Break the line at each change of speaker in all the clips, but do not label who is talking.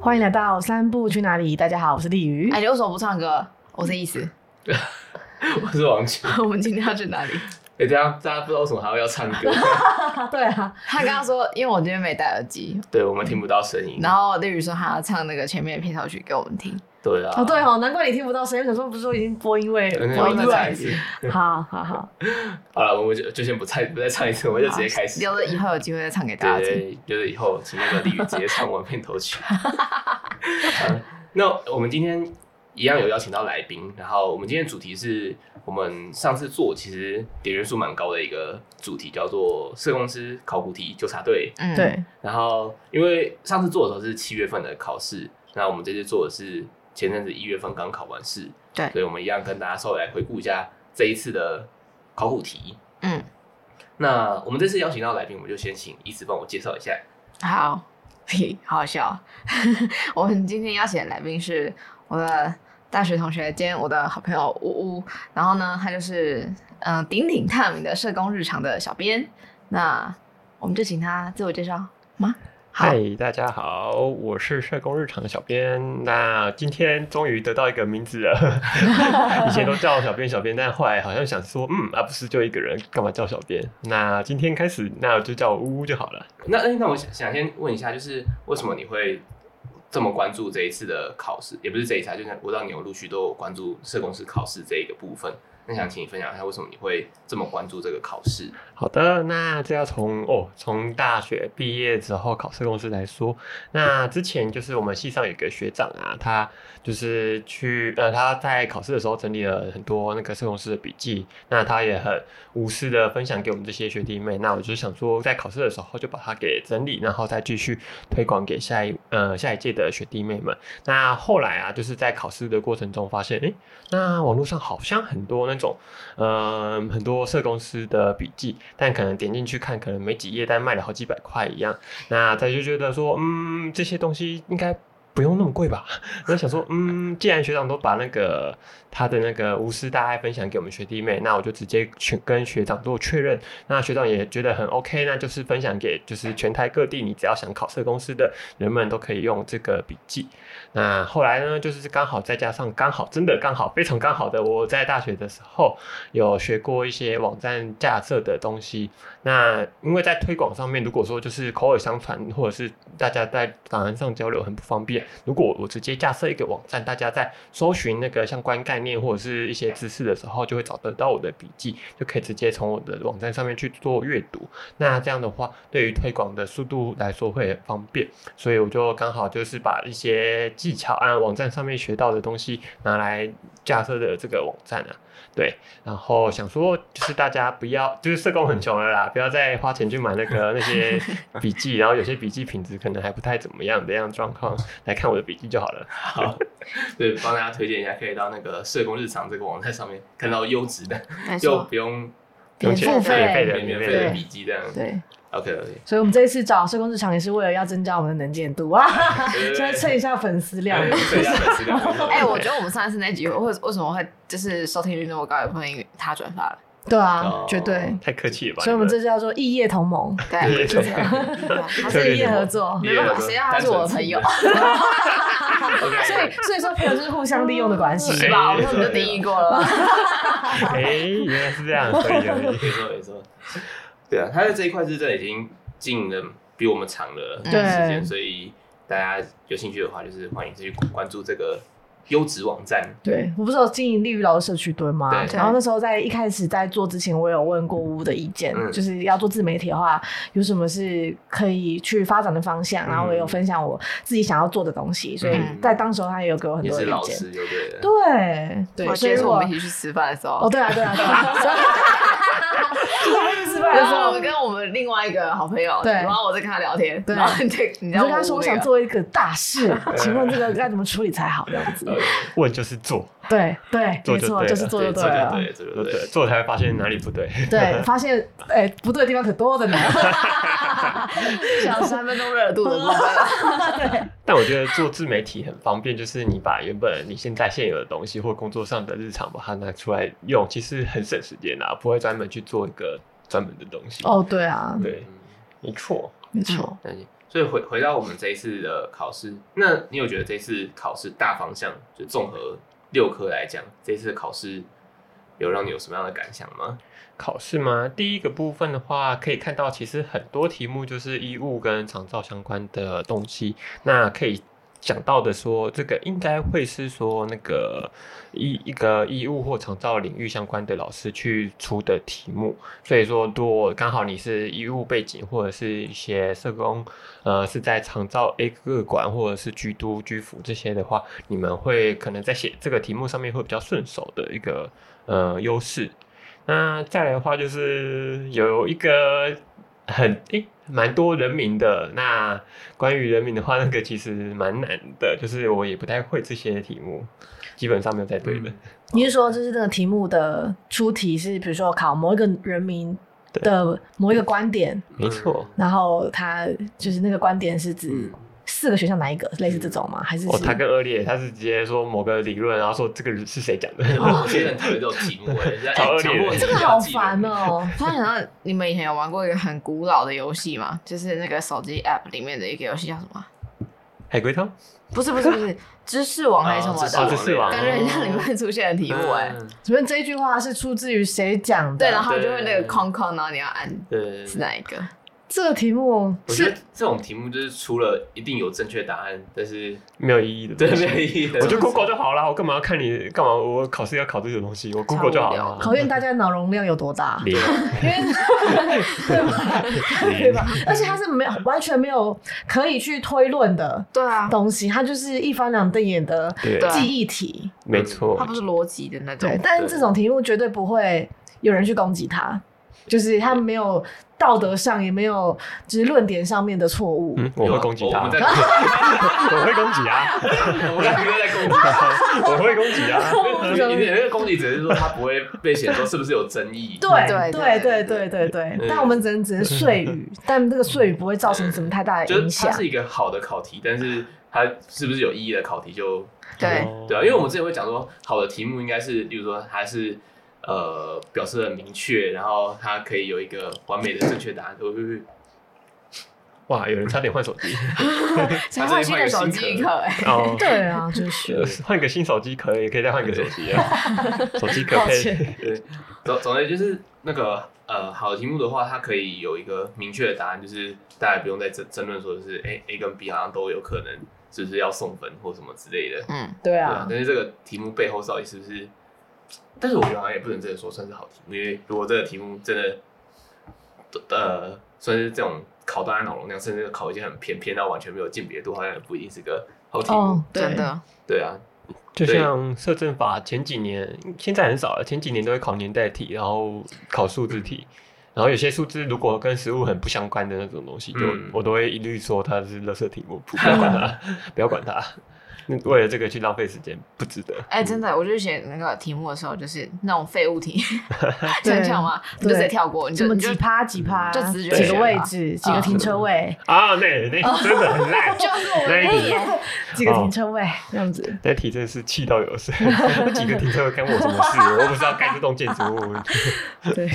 欢迎来到三步去哪里？大家好，我是丽瑜
哎，。你为什么不唱歌？我是意思，
我是王琦。
我们今天要去哪里？
哎、这样大家不知道为什么还要唱歌，
对啊，
他刚刚说，因为我今天没戴耳机，
对我们听不到声音。
然后例如说他要唱那个前面的片头曲给我们听，
对啊，
哦对哦，难怪你听不到声音，想说不是说已经播音位，
嗯，
播
我
音
们再唱一
位。
次。
好好好，
好了，我们就就先不再不再唱一次，我们就直接开始。
留着以后有机会再唱给大家
对
听。
对，就是以后请那个李宇直接唱完片头曲。嗯那我们今天一样有邀请到来宾，然后我们今天的主题是我们上次做其实点阅数蛮高的一个主题，叫做社工师考古题纠察队。
嗯，
对，
然后因为上次做的时候是七月份的考试，那我们这次做的是前阵子一月份刚考完试，
对
所以我们一样跟大家稍微来回顾一下这一次的考古题。
嗯，
那我们这次邀请到的来宾，我们就先请依慈帮我介绍一下。
好，嘿，好好笑 哦。我们今天邀请的来宾是我的大学同学兼我的好朋友呜呜，然后呢，他就是嗯、呃鼎鼎大名的社工日常的小编，那我们就请他自我介绍吗？好
嗨，大家好，我是社工日常的小编。那今天终于得到一个名字了，以前都叫我小编小编，但后来好像想说，嗯，啊，不是就一个人，干嘛叫小编？那今天开始，那就叫我呜呜就好了。
那哎，那我想想先问一下，就是为什么你会这么关注这一次的考试？也不是这一次啊，就是我知道你有陆续都有关注社公司考试这一个部分。那想请你分享一下，为什么你会这么关注这个考试？
好的，那这要从哦，从大学毕业之后考社公司来说，那之前就是我们系上有一个学长啊，他就是去呃他在考试的时候整理了很多那个社公司的笔记，那他也很无私的分享给我们这些学弟妹。那我就想说，在考试的时候就把它给整理，然后再继续推广给下一呃下一届的学弟妹们。那后来啊，就是在考试的过程中发现，诶，那网络上好像很多那种嗯，很多社公司的笔记，但可能点进去看，可能没几页，但卖了好几百块一样。那他就觉得说，嗯，这些东西应该不用那么贵吧？ 我就想说，嗯，既然学长都把那个他的那个无私大爱分享给我们学弟妹，那我就直接去跟学长做确认。那学长也觉得很 OK，那就是分享给就是全台各地，你只要想考社公司的人们都可以用这个笔记。那后来呢，就是刚好再加上刚好真的刚好非常刚好的，我在大学的时候有学过一些网站架设的东西。那因为在推广上面，如果说就是口耳相传，或者是大家在档案上交流很不方便，如果我直接架设一个网站，大家在搜寻那个相关概念或者是一些知识的时候，就会找得到我的笔记，就可以直接从我的网站上面去做阅读。那这样的话，对于推广的速度来说会很方便。所以我就刚好就是把一些技巧按网站上面学到的东西拿来架设的这个网站啊，对，然后想说就是大家不要就是社工很穷了啦，不要再花钱去买那个那些笔记，然后有些笔记品质可能还不太怎么样的样状况，来看我的笔记就好了。
好，对，帮大家推荐一下，可以到那个社工日常这个网站上面看到优质的，
没
又
错，
不用
用钱
免费
免费的，
免
免
免
费
费
的
的笔记这样。
对，
OK OK，
所以我们这一次找社工市场也是为了要增加我们的能见度啊，
对
就是蹭一下粉丝量。
对，下粉丝量。
哎、我觉得我们上一次那集会 为什么会就是收听率那么高，也不能因为他转发了，
对啊
哦，
绝对。
太客气了吧？
所以我们
你
这叫做异业同盟，
对，
对
这样，对啊他
还
是
是异业合作。
没办法谁让他是我的朋友
所以
OK，
所以说朋友就是互相利用的关系。
是吧？我们根本就定义过了，
哎，原来是这样，可以可以。
没错没错。对啊，他在这一块是真的已经经营的比我们长了
对
一段时间，所以大家有兴趣的话，就是欢迎继续关注这个优质网站。
对，我不是有经营利于老的社区蹲吗？
对
然后那时候在一开始在做之前，我有问过呜的意见，
嗯
就是要做自媒体的话，有什么是可以去发展的方向，然后我也有分享我自己想要做的东西，所以在当时候他也有给我很
也
多
是
意
老
见。
师就对了，
对对，
我
哦所
记得
以
是我
我
们一起去吃饭的时候
哦，，对啊对啊对啊，就是我们失败
然
的时候
后我，跟我们另外一个好朋友，
啊对
然后我在跟他聊天，
对
然后你对，你
我
知道
就跟他说我想
那个，
做一个大事，请问这个该怎么处理才好？这样子，
问就是做，
对对，
做
没
就
错，
对
就是
了
做就对
这就
了。
对，这就
对
对
对，。做才会发现哪里不对。
对，发现哎、不对的地方可多的呢。
小三分钟热度的部分 啊，
但我觉得做自媒体很方便，就是你把原本你现在现有的东西或工作上的日常把它拿出来用，其实很省时间啦，不会专门去做一个专门的东西。，
哦哦，对啊，
对，没错。
没错。
但是所以回回到我们这一次的考试，那你有觉得这次考试大方向就综合六科来讲，这次的考试有让你有什么样的感想吗？
考试吗？第一个部分的话，可以看到其实很多题目就是医务跟长照相关的东西，那可以。讲到的说，这个应该会是说那个一一个医务或长照领域相关的老师去出的题目，所以说如果刚好你是医务背景或者是一些社工，呃是在长照 A 个管或者是居都居服这些的话，你们会可能在写这个题目上面会比较顺手的一个呃优势。那再来的话就是有一个很诶。蛮多人名的。那关于人名的话，那个其实蛮难的，就是我也不太会这些题目，基本上没有在对的。
嗯
你是说，就是这个题目的出题是，比如说考某一个人名的某一个观点，
没错，
然后他就是那个观点是指
嗯
四个选项哪一个，类似这种吗？还是
哦，
是
他更恶劣，他是直接说某个理论，然后说这个人是谁讲的。
我觉得很哦特别这种题目，哎人 家
超恶
哎
劣欸
强迫你
这个
一定
好
要记得
烦哦、
突然想到，你们以前有玩过一个很古老的游戏吗？就是那个手机 App 里面的一个游戏叫什么啊？
海龟汤，
不是不是不是，知识王还是什么
啊
的？
知识网
哦知识网
感觉很像里面会出现的题目哎、
嗯
请问这一句话是出自于谁讲的？
对，然后就会那个框框，然后你要按
对，
是哪一个？
这个题目
我觉
是
得这种题目就是除了一定有正确答案，但是
没有意义的。
对没有意义的
我就 Google 就好了，我干嘛要看你？干嘛我考试要考这种东西？我 Google 就好了。
考验大家脑容量有多大，
零
因为对吧？ 对吧？而且它是没有完全没有可以去推论的
对啊，
东西，它就是一翻两瞪眼的
对，
对
记忆题。
没
它
错，
不是逻辑的那种
对，，但是
对
这种题目绝对不会有人去攻击他，就是他没有道德上也没有就是论点上面的错误。
嗯，我
有
会
啊
攻击
我
他，
们在
我会攻击啊，
我刚刚没有在攻击他。
我会攻击啊。
你你那个攻击只是说他不会被写说是不是有争议，
对
对
对对对
对
对对，
嗯
但我们只能只能碎语，但这个碎语不会造成什么太大的
就
影
是它
响。
是一个好的考题，但是它是不是有意义的考题就
对
哦
对啊，因为我们之前会讲说，好的题目应该是，例如说它是呃表示得很明确，然后它可以有一个完美的正确答案。我会
哇，有人差点换手 机
才换新的手机壳哎、
哦。
对啊，就是
呃换个新手机壳也可以再换个手机啊，手机壳
抱
配
歉
对，总总之就是那个呃好的题目的话，它可以有一个明确的答案，就是大家不用再争争论说就是哎 A 跟 B 好像都有可能，是不是要送分或什么之类的。
嗯，
对
对啊
啊，，
但是这个题目背后到底是不是？但是我觉得好像也不能真的说算是好题目，因为如果这个题目真的，呃，算是这种考大家脑容量，甚至考一些很偏偏到完全没有鉴别度，好像也不一定是个好题目。
哦，
真的，
对啊，
就像摄政法前几年，现在很少了，前几年都会考年代题，然后考数字题，然后有些数字如果跟实物很不相关的那种东西，就
嗯
我都会一律说它是垃圾题目，不要管它， 不要管它。那为了这个去浪费时间，不值得。
哎、真的，我就写那个题目的时候，就是那种废物题，
对
想想嘛，你
对
就直接跳过，你
什
就
么
你就
几趴几趴，
就直觉
几个
选
位
吧
置，几个
嗯
停车位，
啊，那
哦
那真的很烂，
就是我
那一题
几个停车位这样子。
那题真的是气到有声， 那几个停车位干我什么事？我又不知道盖这栋建筑物。
对，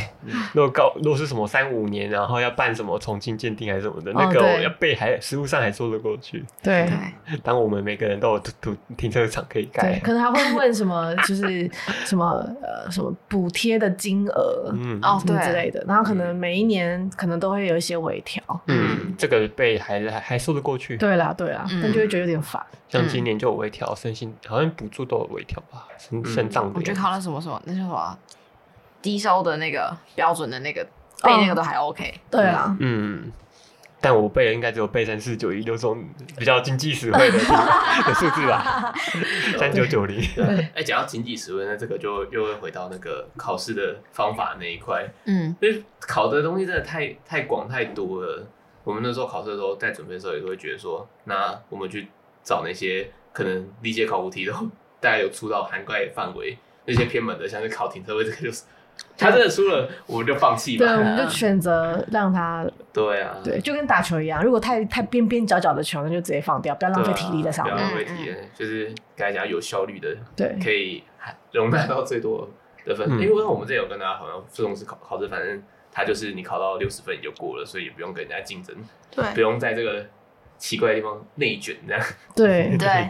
如果高，如果是什么三五年，然后要办什么重庆鉴定还是什么的，
哦
那个我
对
要背还实物上还说得过去。
对
对，
当我们每个人都有土土停车场可以
对
盖，，
可能还会问什么，就是什么呃什么补贴的金额
嗯
哦
什么之类的，然后可能每一年可能都会有一些微调。
嗯，这个背还还还说得过去。
对啦对啦，
嗯
但就会觉得有点烦。
像今年就有微调，身心好像补助都有微调吧，肾
嗯
肾脏的
我
样子。
觉得考了什么什么，那叫什么啊低收的那个标准的那个背那个都还 OK，
对啦，
嗯，但我背的应该只有背三四九一六这种比较经济实惠的的数字 吧，三九九零。
对，
哎，讲到经济实惠，那这个就又会回到那个考试的方法那一块，
嗯，
因为考的东西真的太太广太多了。我们那时候考试的时候，在准备的时候也会觉得说，那我们去找那些可能历届考古题都大概有出到涵盖范围，那些偏门的，像是考停车位这个就是，他真的输了，我们就放弃
对，
吧
我。们就选择让他
对啊，
对，就跟打球一样，如果太太边边角角的球，那就直接放掉，不要
对啊，
浪费体力在上
不要
面。
浪费体力，就是该讲有效率的，
对，
可以容纳到最多的分。
嗯
因为我们之前有跟大家好像这种是考考试，反正它就是你考到六十分你就过了，所以也不用跟人家竞争。
对
不用在这个奇怪的地方内卷这样。
对，
对，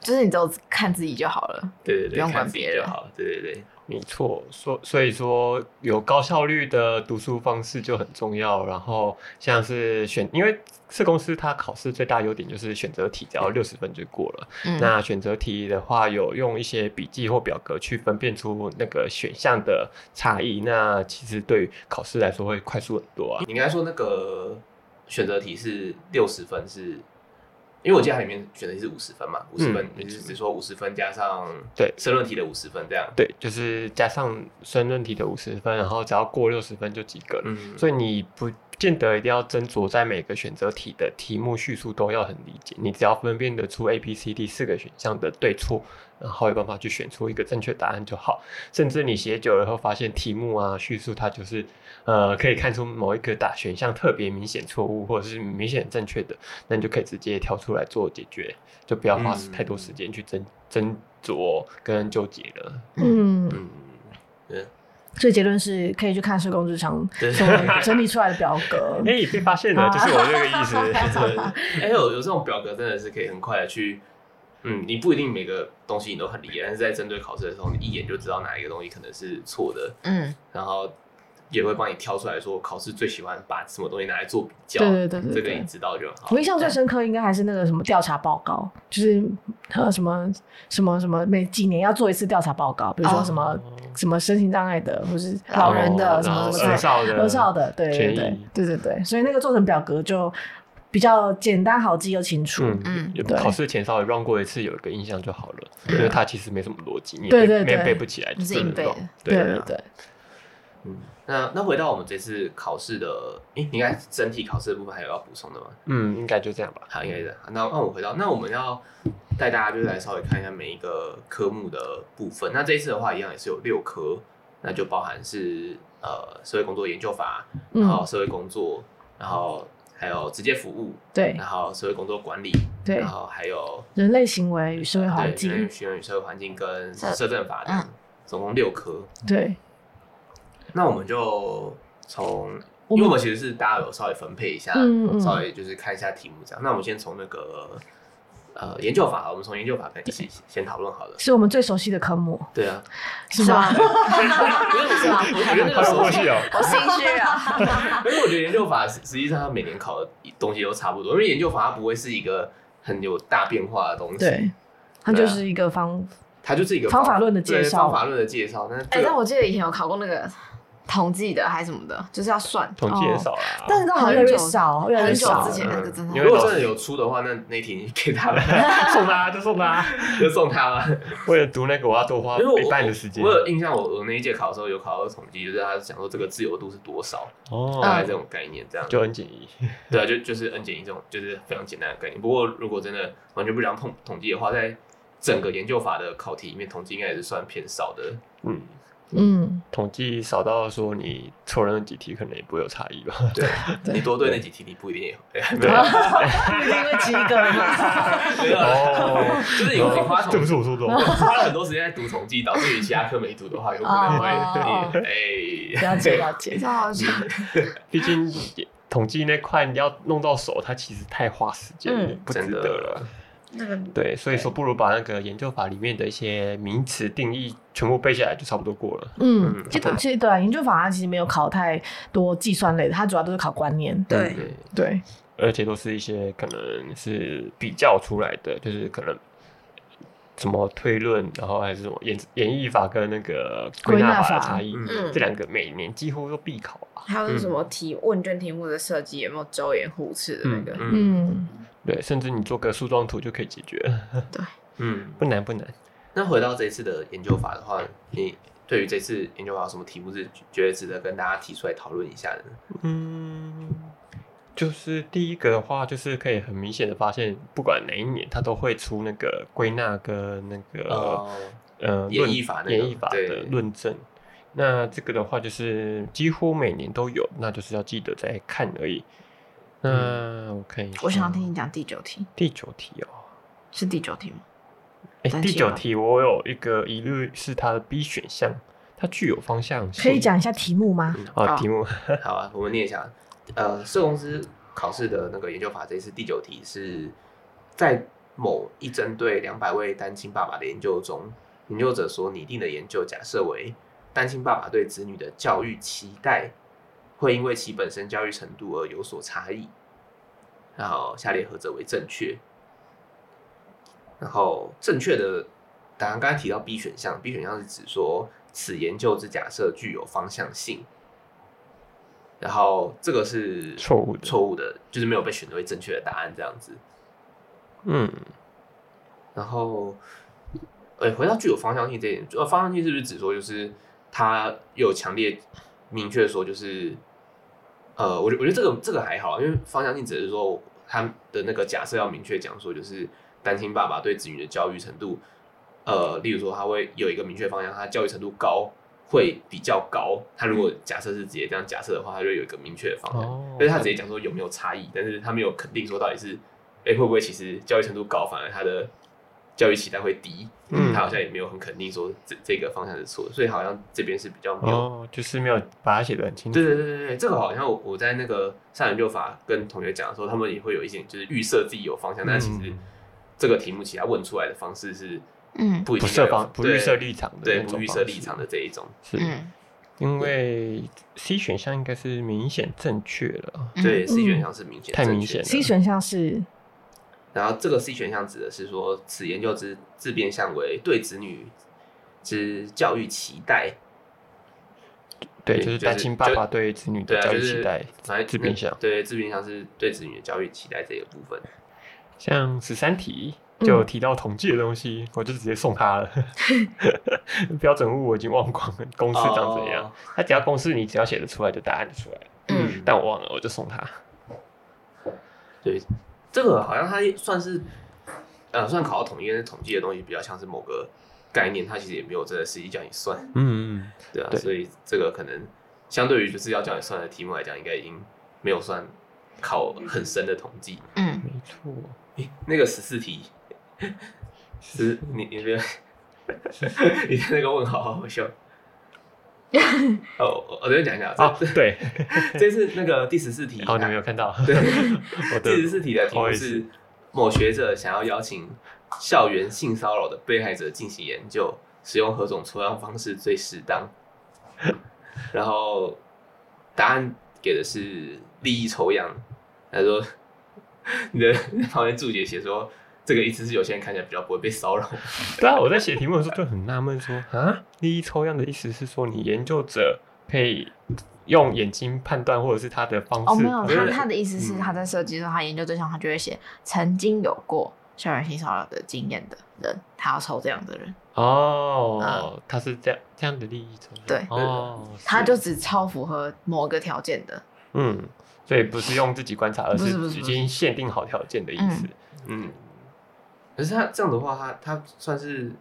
就是你只有看自己就好了。
对对对，
不用管
看自己
别人
就好。对对对，
没错，所所以说有高效率的读书方式就很重要。然后像是选，因为社公司它考试最大优点就是选择题，只要六十分就过了。
嗯，
那选择题的话，有用一些笔记或表格去分辨出那个选项的差异。那其实对于考试来说会快速很多啊。
你刚才说那个选择题是六十分是，因为我记得它里面选择题是五十分嘛，五十分
嗯
你是只说五十分加上
对
申论题的五十分这样。
对，就是加上申论题的五十分，然后只要过六十分就及格了。
嗯，
所以你不见得一定要斟酌在每个选择题的题目叙述都要很理解，你只要分辨得出 A、B、C、D 四个选项的对错，然后有办法去选出一个正确答案就好。甚至你写久了后发现题目啊叙述它就是呃可以看出某一个答选项特别明显错误或者是明显正确的，那你就可以直接挑出来做解决，就不要花
嗯
太多时间去斟斟酌跟纠结了。
嗯，
嗯，对
所以结论是可以去看社工日常
对
所整理出来的表格。
哎、被发现了，就是我这个意 思。
哎、有有这种表格真的是可以很快的去，嗯，你不一定每个东西你都很理解，但是在针对考试的时候，你一眼就知道哪一个东西可能是错的，
嗯，
然后也会帮你挑出来说考试最喜欢把什么东西拿来做比较，
对对对对
这个你
对。
知道就好
我。印象最深刻应该还是那个什么调查报告，就是呃什么什么什么每几年要做一次调查报告，比如说
哦
什么、什么身心障碍的，或是老
老
人
然
的
后
什么
然后
什么
儿少的
儿少的，对对
权
对
益
对对对，所以那个做成表格就比较简单好记又清楚。
嗯
嗯
有
对
考试前稍微 run 过一次，有一个印象就好了，
对
因
啊
为它其实没什么逻辑，你也
对
背
对
没
对
背不起来，
你
就是只能
硬背
run
的
对
啊
对对，
嗯，那那回到我们这次考试的，哎、你应该整体考试的部分还有要补充的吗？
嗯，应该就这样吧。
好，应
嗯
该是这样。那那我回到，那我们要带大家就是来稍微看一下每一个科目的部分。那这一次的话，一样也是有六科，那就包含是呃社会工作研究法，然后
嗯
社会工作，然后还有直接服务，
对
然后社会工作管理，
对
然后还有
人类行为与社会环
对人
境
与，学员与社会环境跟
社
社政法的
嗯，
总共六科。
对
那我们就从，
我们
因为我们其实是大家有稍微分配一下，
嗯嗯
稍微就是看一下题目这样。那我们先从那个呃研究法好了，我们从研究法跟一起先讨论好了。
是我们最熟悉的科目，
对啊，
是吗？
是吗？
我觉得那个
好
时
有
候
默，契哦。
我心虚啊。
因为我觉得研究法实实际上它每年考的东西都差不多，因为研究法它不会是一个很有大变化的东西，
对，它就是一个方，
它就是一个
方法论的介
对
绍
方法论的介绍。但是
哎、
这个
但我记得以前有考过那个统计的还是什么的，就是要算
统计也少啦，
哦但是都好像越来越少，越来越
很久
少
之前
了。
那个真的
因
如
为
果
老
真的
师
有出的话，那那一题你 给他们
送他啊就送他，
就送他了。
为了读那个我要多花
因为我
一半的时间
我。有印象我，我那一届考的时候有考到统计，就是他讲说这个自由度是多少，
嗯
嗯
大概
哦，
这种概念这样。
就很简易。
对啊，就就是 n 减一这种就是非常简单的概念。不过如果真的完全不想统统计的话，在整个研究法的考题里面，统计应该也是算偏少 的。
嗯，
嗯，
统计少到说你错了那几题，可能也不会有差异吧。
对，啊
对
你多对那几题，你不一定 有。没有，
你 是因为及格吗？
没有，
哦，
啊 就是有你花
这
统
不是我说的哦。
花了很多时间在读统计，导致你其他科没读的话，有可能会
哦
你哎，
了 解了解，
超好笑。
毕竟统计那块你要弄到手，它其实太花时间了
嗯，
不值
真的
得了。
那个
对，所以说不如把那个研究法里面的一些名词定义全部背下来，就差不多过了。
嗯
嗯，
其实其实对啊，研究法它其实没有考太多计算类的，它主要都是考观念。
对
对，
对，
而且都是一些可能是比较出来的，就是可能什么推论，然后还是什么演演绎法跟那个归纳法的差异，
归纳
法嗯
这两个每年几乎都必考啊吧。
还有是什么题问卷题目的设计有没有周延互斥的那个？
嗯
嗯，
对，甚至你做个树状图就可以解决了，
嗯。
不难不难。
那回到这次的研究法的话，你对于这次研究法有什么题目是觉得值得跟大家提出来讨论一下的呢？
嗯，就是第一个的话，就是可以很明显的发现，不管哪一年，它都会出那个归纳跟那个、呃
哦演
论
绎法那个
演绎法
对
的论证。那这个的话，就是几乎每年都有，那就是要记得再看而已。
嗯
那我看一下，
我想要听你讲第九题，
第九题哦。
是第九题吗？
哎，
但
第
其他
九题我有一个疑虑是它的 B 选项，它具有方向性。
可以讲一下题目吗？
哦，
哦
题目
好啊，我们念一下。呃，社公司考试的那个研究法，这一次第九题是在某一针对两百位单亲爸爸的研究中，研究者所拟定的研究假设为单亲爸爸对子女的教育期待会因为其本身教育程度而有所差异。然后下列何者为正确？然后正确的答案，刚才提到 B 选项，B 选项是指说此研究之假设具有方向性。然后这个是
错误的
错误的，就是没有被选择为正确的答案这样子。
嗯，
然后，哎、回到具有方向性这一点，呃，方向性是不是指说就是它有强烈明确说就是，呃，我觉我觉得这个这个还好，因为方向性只是说他的那个假设要明确讲说就是单亲爸爸对子女的教育程度，呃，例如说他会有一个明确方向，他教育程度高会比较高，他如果假设是直接这样假设的话，他就有一个明确的方向。
哦
但是他直接讲说有没有差异，但是他没有肯定说到底是，哎、会不会其实教育程度高，反而他的教育期待会低，
嗯
他好像也没有很肯定说这这个方向是错的，所以好像这边是比较没有，
哦，就是没有把它写的很清楚。
对对对对对，这个好像我我在那个上研究法跟同学讲的时候，他们也会有一些就是预设自己有方向，但其实
嗯
这个题目其实他问出来的方式是
嗯
不一
不
定
设
要有
方不
对
预设立场的
对
那
不
种
预设
方
立
式
场的这一种，
是、
嗯
因为 C 选项应该是明显正确啊了。
嗯
对 C 选项是明显
太
正
明
确
显
的
了
C 选项是
然后这个 C 选项指的是说，此研究之自变相为对子女之教育期待，
对，
对
就是
就
单
是
亲爸
就
爸对子女
对
的
啊，
教
就
育
是
期待，
反正
自变相。
对自变相是对子女的教育期待这个部分。
像十三题
嗯
就提到统计的东西，我就直接送他了。 标准物我已经忘光了，公式长怎样？
哦
他只要公式你只要写得出来，就答案就出来了。
嗯
但我忘了，我就送他。
对，这个好像它算是，呃，算考到统计，但是统计的东西比较像是某个概念，它其实也没有真的实际叫你算，
嗯，
对啊，
对
所以这个可能相对于就是要叫你算的题目来讲，应该已经没有算考很深的统计。
嗯
没错。
诶那个十四题，十你你别， 你的那个问号好好 笑。哦，我我这边讲一下，
哦
这，
对，
这是那个第十四题，啊
哦，你没有看到？
对，
我
第十四
的
题的题
不好
目
意思
是某学者想要邀请校园性骚扰的被害者进行研究，使用何种抽样方式最适当？ 然后答案给的是利益抽样，他说你的旁边注解写说。这个意思是有些人看起来比较不会被骚扰，
对啊，我在写题目的时候就很纳闷，说啊，利益抽样的意思是说，你研究者可以用眼睛判断，或者是他的方
哦
式。
没有，
对
他
对
他的意思是
嗯
他在设计的时候，他研究对象他就会写曾经有过校园性骚扰的经验的人，他要抽这样的人，
哦，他是这样这样的利益抽样。
啊对
哦，是
他就只超符合某个条件的。
嗯，所以不是用自己观察，而
不是不是
是已
不是
经限定好条件的意思。
嗯，可是他这样的话，他他算是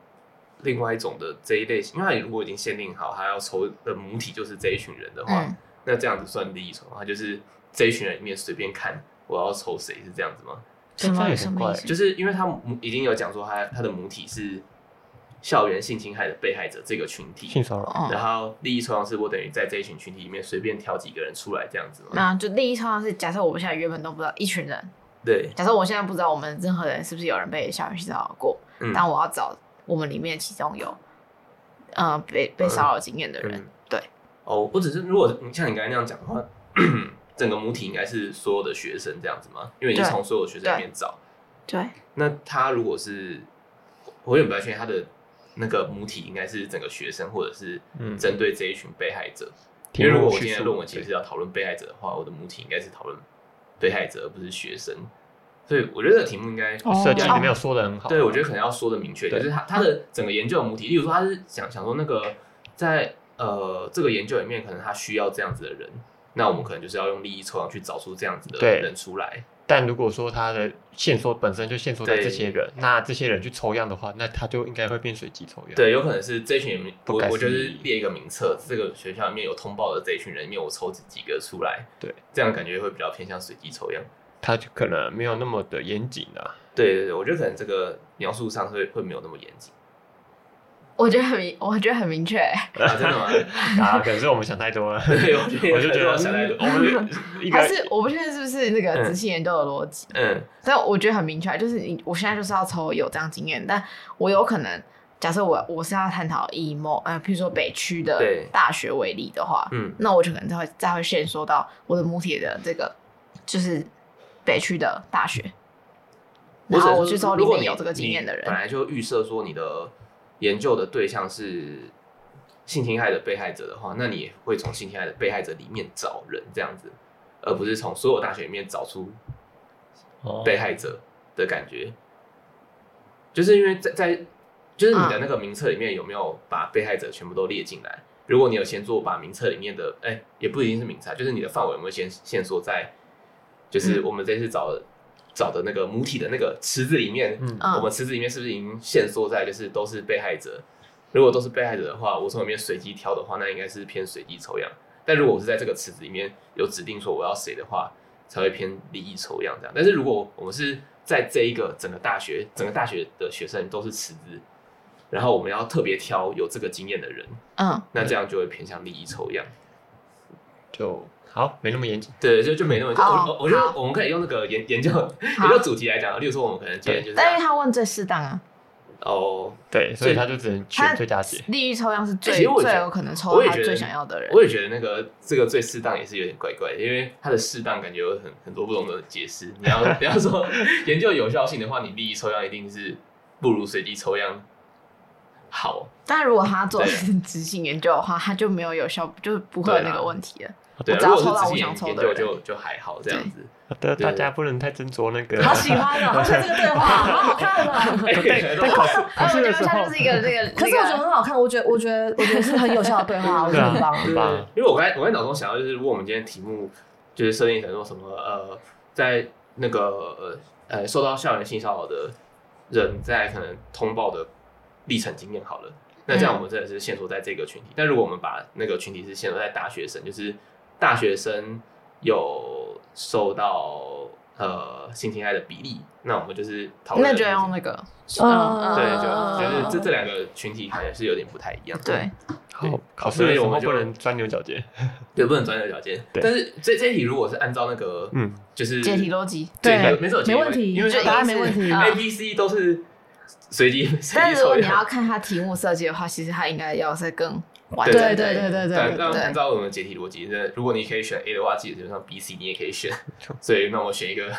另外一种的这一类型，因为他如果已经限定好他要抽的母体就是这一群人的话，
嗯，
那这样子算利益筹码，就是这一群人里面随便看我要抽谁是这样子吗？
这
什
样
么
也
什
很
么
怪
意思？
就是因为他母已经有讲说他他的母体是校园性侵害的被害者这个群
性
体，
骚扰，
哦
然后利益抽象是我等于在这一群群体里面随便挑几个人出来这样子吗？
那就第一抽象是假设我们现在原本都不知道一群人，
对，
假设我现在不知道我们任何人是不是有人被校园性骚扰过，
嗯
但我要找我们里面其中有呃被被骚扰经验的人，
嗯
对，
哦，我只是如果你像你刚才那样讲的话， 整个母体应该是所有的学生这样子吗？因为你是
对
从所有学生里面找，
对，
那他如果是，我也不太确定他的那个母体应该是整个学生，或者是
嗯
针对这一群被害者。
题
因为如
目
果我
叙
今天的
述
论文其
对
实是要讨论被害者的话，我的母体应该是讨论被害者，而不是学生。所以我觉得这个题目应该
哦
设计里面有说的很好。
对，我觉得可能要说的明确，就
对
是他他的整个研究的母体，例如说他是想想说那个在呃这个研究里面，可能他需要这样子的人，那我们可能就是要用利益抽样去找出这样子的
对
人出来。
但如果说他的线索本身就线索在
对
这些人，那这些人去抽样的话，那他就应该会变随机抽样。，
对，有可能是这群人，
不
我
该
我
是
就是
你
列一个名册，这个学校里面有通报的这一群人里面，我抽几几个出来，
对，
这样感觉会比较偏向随机抽样。
他就可能没有那么的严谨啊。
对对对，我觉得可能这个描述上会会没有那么严谨。
我觉得很明，我觉得很明确。
啊，真的吗？
啊，可能是我们想太 多了，
对，我觉得
我就觉得
想 太多
我们一
欸还
个
是我不确定是不是那个仔细研究的逻辑，
嗯
但我觉得很明确，啊就是你我现在就是要抽有这样经验，但我有可能假设我我是要探讨以某呃，譬如说北区的
对
大学为例的话，
嗯
那我就可能再会再会限缩到我的母体的这个就是北区的大学，
我
然
只
后
能
我
说
去找里
如果
面
你
有这个经验的
你本
人，
来就预设说你的研究的对象是性侵害的被害者的话，那你也会从性侵害的被害者里面找人这样子，而不是从所有大学里面找出
哦
被害者的感觉，就是因为在在就是你的那个名册里面有没有把被害者全部都列进来？如果你有先做把名册里面的，哎、也不一定是名册啊，就是你的范围有没有先限缩在，就是
嗯
我们这次找的找的那个母体的那个池子里面，
嗯
我
嗯
们池子里面是不是已经限缩在就是都是被害者？如果都是被害者的话，我从里面随机挑的话，那应该是偏随机抽样。但如果我是在这个池子里面有指定说我要谁的话，才会偏利益抽样这样。但是如果我们是在这一个整个大学，整个大学的学生都是辞职，然后我们要特别挑有这个经验的人，
嗯，
那这样就会偏向利益抽样。
就好，没那么严谨。
对，就就没那么。
好
我我我觉得
哦好
我们可以用那个研研究研究主题来讲，例如说我们可能今天就是
但是他问最适当啊，
哦，
对，所
所
以
以
他就只能
他
选最佳解。
利益抽样是最、
欸其实我觉
最
得
有可能抽
我
到
也
他
觉得
最想要的人。
我也觉得那个这个最适当也是有点怪怪的，因为它的适当感觉有很很多不同的解释。你要 你要说研究有效性的话，你利益抽样一定是不如随机抽样好。
但如果他做的
对
是执行研究的话，他就没有有效，就是不会有那
对
个
啊
问题了。
对啊，
我只要
如果是
抽到
自
我
己
想
研
抽
研
的
究
人
就就还好这样子。
好的，
对
啊大家不能太斟酌那个。
好喜欢哦，好喜欢这个对话，好好 看哦。
哎
对， 但考 试考
哎，我
试
觉
的
得
时
他
候
就，是一个这个，
可是我觉得很好看，我觉得我觉得我觉得是很有效的对话，我觉
对
得
啊
很棒，。
很棒。
因为我刚才我刚才脑中想到就是，如果我们今天题目就是设定成说什么呃，在那个呃呃受到校园性骚扰的人在可能通报的历程经验好了，那
嗯
这样我们真的是限缩在这个群体。但如果我们把那个群体是限缩在大学生，就是大学生有受到呃性侵害的比例，那我们就是讨论
那就要用那个，
嗯
对，
嗯
就就是这这两个群体可能是有点不太一样。
对，
好
对，
考试的
所
时
以我
候
们就
不能钻牛角尖。
对，不能钻牛角尖。
对
但是这这一题如果是按照那个，
嗯，
就是
解题逻辑。
对
对，没错，
没问题，
因为
就
答
一
案
定
没
是
问题。
啊
A、B、C 都是随机随
但
机
是如
抽
果你要
样。
看他题目设计的话，其实他应该要再更完
对
对
整。
对对对
但但
对
按照我们解题逻辑，那如果你可以选 A 的话，基本上 B、C 你也可以选。所以那我选一个，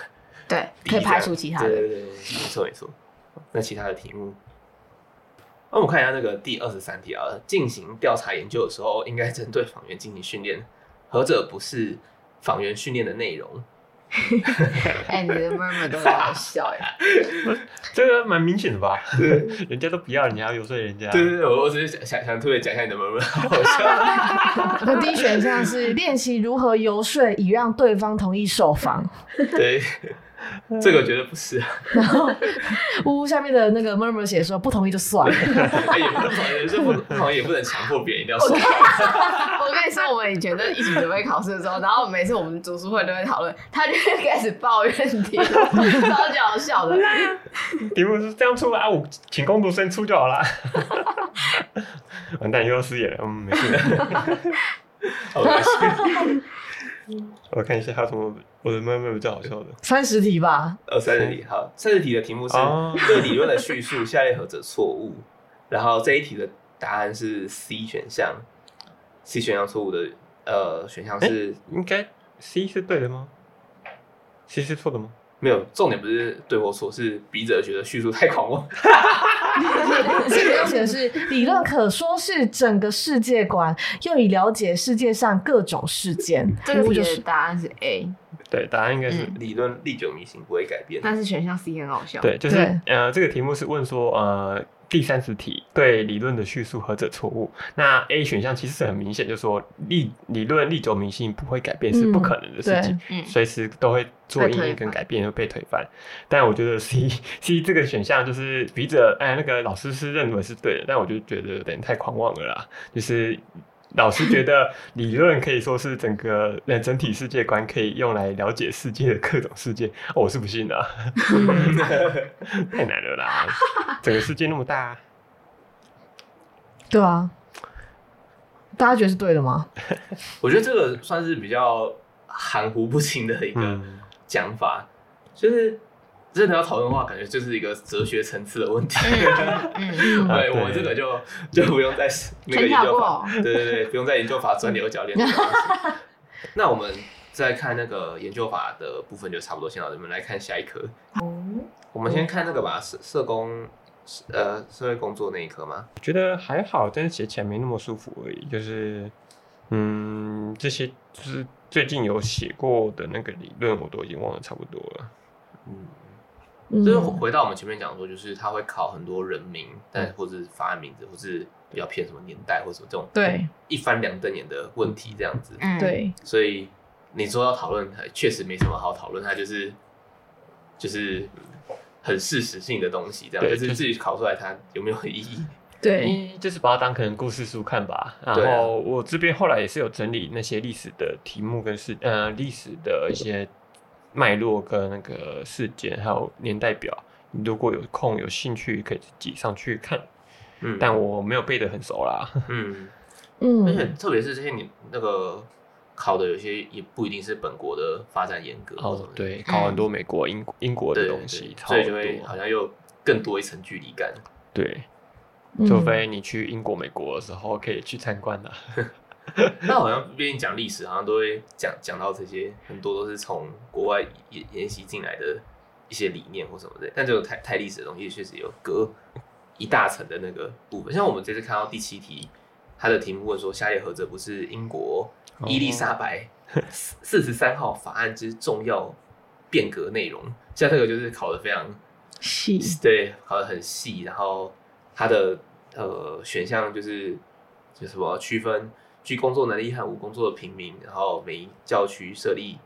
对，可以排除其他
对
的。
对对，对没错没错。那其他的题目，那我们看一下那个第二十三题啊，进行调查研究的时候，应该针对访员进行训练，何者不是访员训练的内容？
哎，你的 murmur 都很好笑哎呀。
这个蛮明显的吧？ 人家都不要，你还要游说人家？
对对对，我我只是想想想特别讲一下你的文文，好笑。
那第一选项是练习如何游说，以让对方同意受访。
对，这个我觉得不是啊，
然后呜呜下面的那个 murmur 写说不同意就算了，
哎也不能好像，这不好像也不能强迫别人一定要 说。
我跟你说，我们以前就一起准备考试的时候，然后每次我们读书会都会讨论，他就会开始抱怨题，超级好笑的。
题目是这样出啊，我请工读生出就好啦。 完蛋，又要失言了。嗯，没事。
好开心，
我看一下还有什么，我的妹妹比较好笑的。
三十题吧。
呃，三十题好，三十题的题目是
哦
对理论的叙述，下列何者错误？然后这一题的答案是 C 选项，C 选项错误的呃选项是
应该 C 是对的吗？C 是错的吗？
没有，重点不是对或错，是笔者觉得叙述太狂妄。
这个要写的是 理论可说是整个世界观，又以了解世界上各种事件。
这个
呜
题
就
的
嗯是
答案是 A，
对，答案应该是、
嗯
理论历久弥新，不会改变。
但是选项 C 很好笑。
对，就是
对
呃，这个题目是问说呃第三十题对理论的叙述何者错误？那 A 选项其实是很明显，就是说理理论历久弥新不会改变是不可能的事情，
嗯对嗯
随时都会做
被
应
推
验跟
翻
改变会被推翻。但我觉得 C C 这个选项就是笔者哎那个老师是认为是对的，但我就觉得有点太狂妄了啦，就是。老师觉得 理论可以说是整个呃整体世界观可以用来了解世界的各种世界，哦、我是不信的、啊。
嗯
太难了啦！整个世界那么大，
对啊，大家觉得是对的吗？
我觉得这个算是比较含糊不清的一个
嗯，
讲法，就是真的要讨论的话，感觉就是一个哲学层次的问题。
嗯，
嗯
对
啊
我这
对
个就就不用再那
全
个研
跳
究法
过，
对对对，不用再研究法钻牛角尖这 个东西。那我们再看那个研究法的部分就差不多先到这边，来看下一科。我们先看那个吧，社社工，呃，社会工作那一科吗？
我觉得还好，但是写起来没那么舒服而已。就是，嗯，这些就是最近有写过的那个理论，我都已经忘得差不多了。
嗯，
嗯
就是回到我们前面讲说，就是他会考很多人名，但或是法案名字，或是比较偏什么年代或什么这种
对
一翻两瞪眼的问题这样子。
嗯，
对，
所以你说要讨论，还确实没什么好讨论，它就是就是很事实性的东西，这样
对
就是
就是
自己考出来它有没有意义？
对，
一就是把它当可能故事书看吧。然
对啊
后我这边后来也是有整理那些历史的题目跟事，呃，历史的一些脉络跟那个事件，还有年代表。你如果有空有兴趣，可以自己上去看。
嗯，
但我没有背得很熟啦。
嗯，而且
嗯，
特别是这些你那个考的有些也不一定是本国的发展严格或什
哦
么，的，
对，考很多美国、英英国
对
的
对
东西
对，
超
所以就会好
多。
像又更多一层距离感。
对，
嗯
除非你去英国、美国的时候可以去参观啊啦。
那好像毕竟讲历史，好像都会讲讲到这些，很多都是从国外研研习进来的一些理念或什么的。但这种太太历史的东西，确实有隔一大层的那个部分。像我们这次看到第七题，它的题目问说：“夏叶和则不是英国
哦
伊丽莎白四十三号法案之重要变革内容？”像这个就是考的非常
戏
对，考的很细，然后它的呃选项就是就什么区分具工作能力和无工作的平民，然后每一教区设立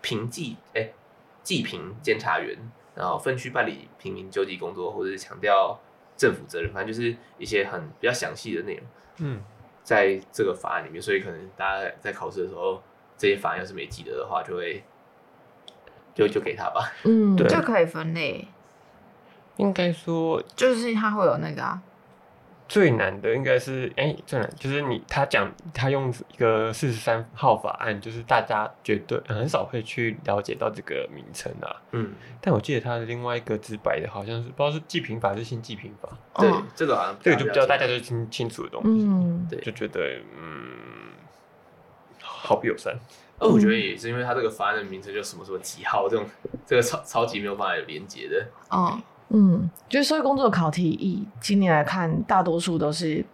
评计哎计评监察员，然后分区办理平民救济工作，或者是强调政府责任，反正就是一些很比较详细的内容
嗯，
在这个法案里面，所以可能大家在考试的时候，这些法案要是没记得的话，就会就就给他吧。
嗯，
对
就可以分类，
应该说
就是它会有那个啊，
最难的应该是，哎、最难就是你他讲他用一个四十三号法案，就是大家绝对很少会去了解到这个名称啊。
嗯，
但我记得他的另外一个直白的，好像是不知道是济贫法还是新济贫法，
对
嗯，
这个好像
哦这个就比较大家
了解
就清清楚的东西，
嗯，
对
就觉得嗯，好不友善。
哦，我觉
嗯
得也是因为它这个法案的名称就什么什么几号这种，这个超超级没有办法有连接的。
嗯，
嗯，就是社会工作考题，以今年来看，大多数都是。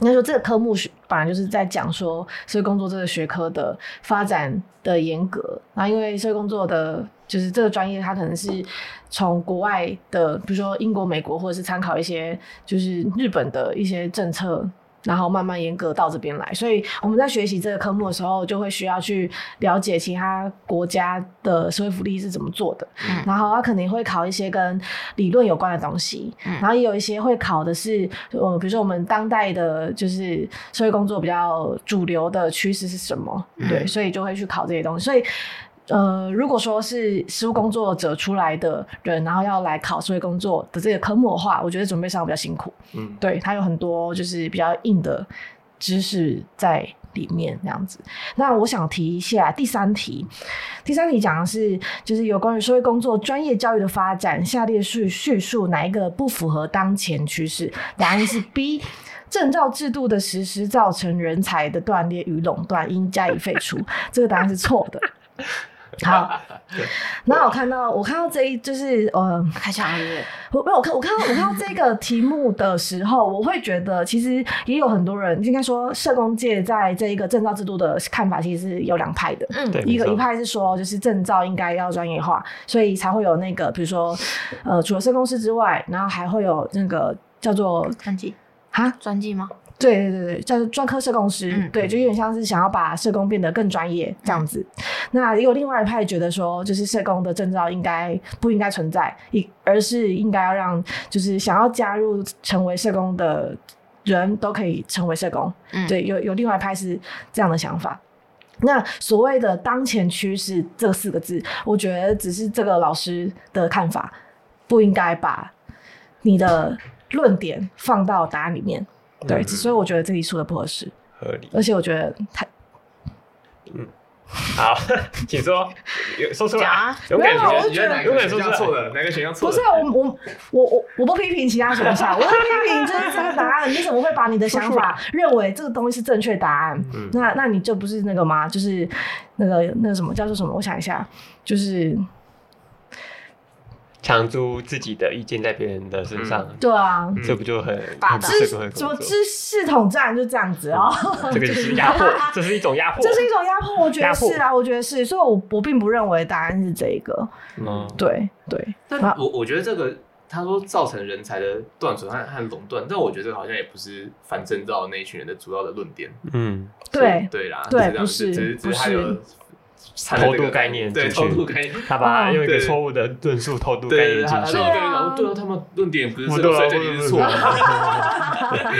应该说，这个科目是本来就是在讲说社会工作这个学科的发展的严格。那因为社会工作的就是这个专业，它可能是从国外的，比如说英国、美国，或者是参考一些就是日本的一些政策然后慢慢严格到这边来。所以我们在学习这个科目的时候，就会需要去了解其他国家的社会福利是怎么做的。
嗯
然后它肯定会考一些跟理论有关的东西，
嗯
然后也有一些会考的是，呃，比如说我们当代的就是社会工作比较主流的趋势是什么？
嗯
对，所以就会去考这些东西。所以呃，如果说是实务工作者出来的人，然后要来考社会工作的这个科目的话，我觉得准备上比较辛苦。
嗯，
对，它有很多就是比较硬的知识在里面这样子。那我想提一下第三题，第三题讲的是就是有关于社会工作专业教育的发展，下列叙叙述哪一个不符合当前趋势？答案是 B。证照制度的实施造成人才的断裂与垄断，应加以废除。这个答案是错的。 好，那我看到我看到这一就是呃，
开枪是不是？
我没有，我看我看到我看到这个题目的时候，我会觉得其实也有很多人，应该说社工界在这一个证照制度的看法，其实是有两派的。
嗯，
对，
一个
没错
一派是说，就是证照应该要专业化，所以才会有那个，比如说，呃，除了社工师之外，然后还会有那个叫做
专辑
哈，
专辑吗？
对对对对，叫做专科社工师，
嗯
对，就有点像是想要把社工变得更专业这样子。那也有另外一派觉得说，就是社工的证照应该不应该存在，一而是应该要让就是想要加入成为社工的人都可以成为社工。
嗯，
对，有有另外一派是这样的想法。那所谓的当前趋势这四个字，我觉得只是这个老师的看法，不应该把你的论点放到答案里面。对，
嗯
所以我觉得这题出的不合适，
合理。
而且我觉得太
好， 请说，有说出
讲
来
啊，
有
没
感
有我
觉
就觉得
哪个学校错的？哪个学校错
不
的？
是啊我我我我我不批评其他学校，我在批评就是这个答案，你怎么会把你的想法认为这个东西是正确答案？
嗯
那那你就不是那个吗？就是那个那个什么叫做什么？我想一下，就是
强租自己的意见在别人的身上，
对啊，
嗯
这不就很
霸
很
道
知
这个很嗯
什么
恐怖
知识统战就这样子哦。
这个就是压迫， 这是一种压 迫，
这是一种压迫，我觉
压
得
迫
是啊，我觉得是，所以我我并不认为答案是这一个，
嗯，
对对，
但
啊
我我觉得这个他说造成人才的断损和和垄断，但我觉得好像也不是反证照那一群人的主要的论点。
嗯，
对
对啦，
对
是这样
不
只
是
只只
不
是他
是
有掺了
偷
这个
渡概念
对
进
偷
去
渡概念。
他把
哦
用一个
对
错误的论述透露概
对，
念
他他
进
说
对啊
我
去
跟你讲，对啊，他们论点不是
我
这
对啊
个，所以这里是错
我
的。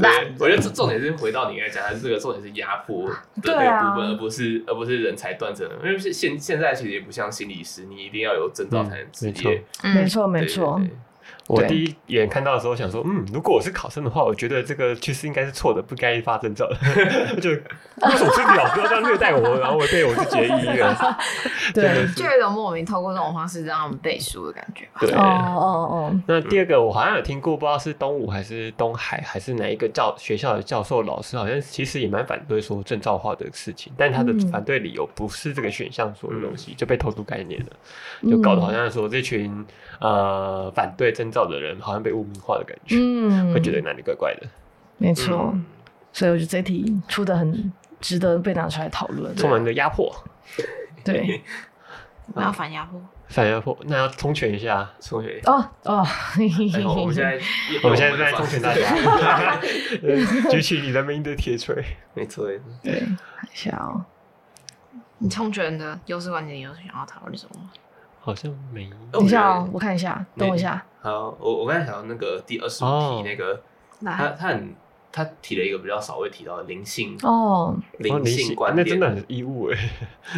烂
对，我觉得这重点是回到你刚才讲，它这个重点是压迫的这
对
个
啊
部分，而不是而不是人才断层。因为是现现在其实也不像心理师，你一定要有证照才能执
嗯没错
业。
没错没
对
错，
对对
我
对
第一眼看到的时候想说，嗯，如果我是考生的话，我觉得这个趋势应该是错的，不该发证照的。 就为什么这个老师要这样虐待我，然后我对我自己的意愿？真的
对，
是
就有一种莫名透过这种方式让他们背书的感觉吧。
对
哦。哦
那第二个我好像有听过，不知道是东吴还是东海还是哪一个教学校的教授老师，好像其实也蛮反对说证照化的事情，但他的
嗯
反对理由不是这个选项所有的东
嗯
西，就被偷渡概念了，
嗯
就搞得好像说这群呃反对证照的人好像被污名化的感
哦，
觉，
嗯
会觉得嗯哪里怪怪的。
嗯
没错，所以我觉得这题出的很值得被拿出来讨论，
充
啊
满着压迫，
对，
我要反压迫，
反压迫，那要充拳一下。
错觉。
哦哦，嘿嘿
哎
嘿
我们现在
我们现在在
中
充拳大
大
家
家，
呃举起你的名的铁锤。
没错。
对，看一下哦，
你冲拳的优势观点有想要讨论什么吗？
好像没
等一下哦，我看一下，等我一下，
好，我我刚才想到那个第二十五
哦
题那个，他
来，
他很他提了一个比较少会提到的灵性
哦，
哦
灵性观
那
点，
真的很衣物哎，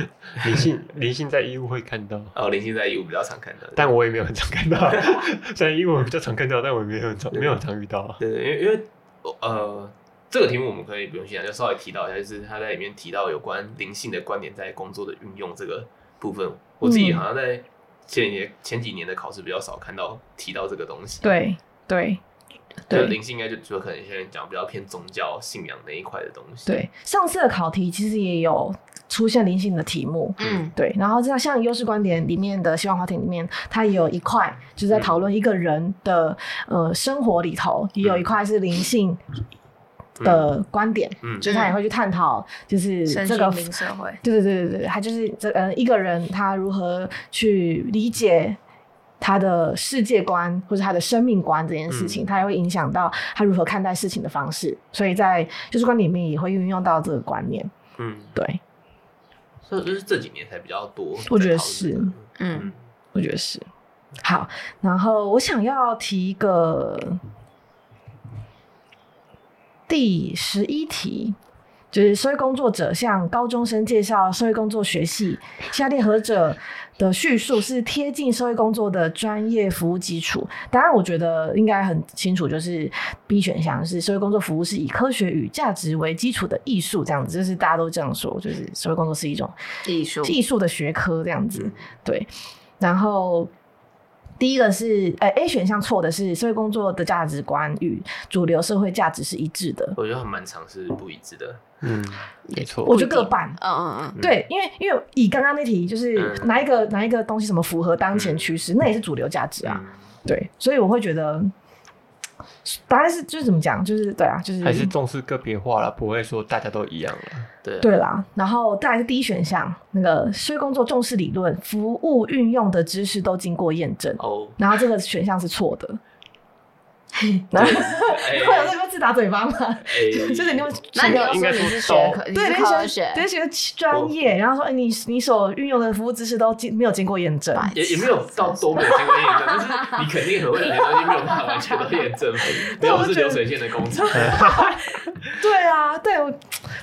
灵性灵性在衣物会看到，
哦，灵性在义务比较常看到。
但我也没有很常 看到。虽然衣物我比较常看到，但我也没有很常没有很常遇到啊。
对对，因为因为呃，这个题目我们可以不用细讲，就稍微提到一下，就是他在里面提到有关灵性的观点在工作的运用这个部分，我自己
嗯
好像在前年、前几年的考试比较少看到提到这个东西。，
对对
就
对，
灵性应该就就可能有些人讲比较偏宗教信仰那一块的东西。
对，上次的考题其实也有出现灵性的题目，
嗯，
对，然后像像优势观点里面的希望花田里面，它也有一块就是
嗯
在讨论一个人的、呃生活里头，也
嗯
有一块是灵性的观点，
嗯，
就是他也会去探讨，就是
身
嗯这
心
个
灵社会，
对对对对对，他就是这呃一个人他如何去理解他的世界观或者他的生命观这件事情，他也会影响到他如何看待事情的方式，所以在优势观点里面也会运用到这个观念。
嗯，
对，
所以就是这几年才比较多在讨论这个。
我觉得是
嗯
嗯，
我觉得是。好，然后我想要提一个第十一题，就是社会工作者向高中生介绍社会工作学系。下列何者的叙述是贴近社会工作的专业服务基础？答案我觉得应该很清楚，就是 B 选项是社会工作服务是以科学与价值为基础的艺术，这样子就是大家都这样说，就是社会工作是一种
艺术
技术的学科这样子，对。然后第一个是，呃，A 选项错的是社会工作的价值观与主流社会价值是一致的，
我觉得还蛮常是不一致的。
嗯，没错。
我觉得各半。
嗯嗯
对，因为因为以刚刚那题，就是
嗯
哪一个、哪一个东西什么符合当前趋势，那也是主流价值啊。
嗯
对，所以我会觉得答案是就是怎么讲，就是对啊，就是
还是重视个别化了，不会说大家都一样了。
对啊
对啦，然后再来是第一选项，那个社会工作重视理论、服务运用的知识都经过验证。
哦，
然后这个选项是错 的。然后
哎
会有那个自打嘴巴吗？
哎，
就是你会
那你
对
要
应该
说你
说
是
都
学科，你
对
是科
那
学
些，那些专业，然后说哎你你所运用的服务知识都经没有经过验 证，
也也没有到都没有经过验证，但是你肯定很会有些东西没有办法完全都验证，没有是流水线的工程。
对啊，对我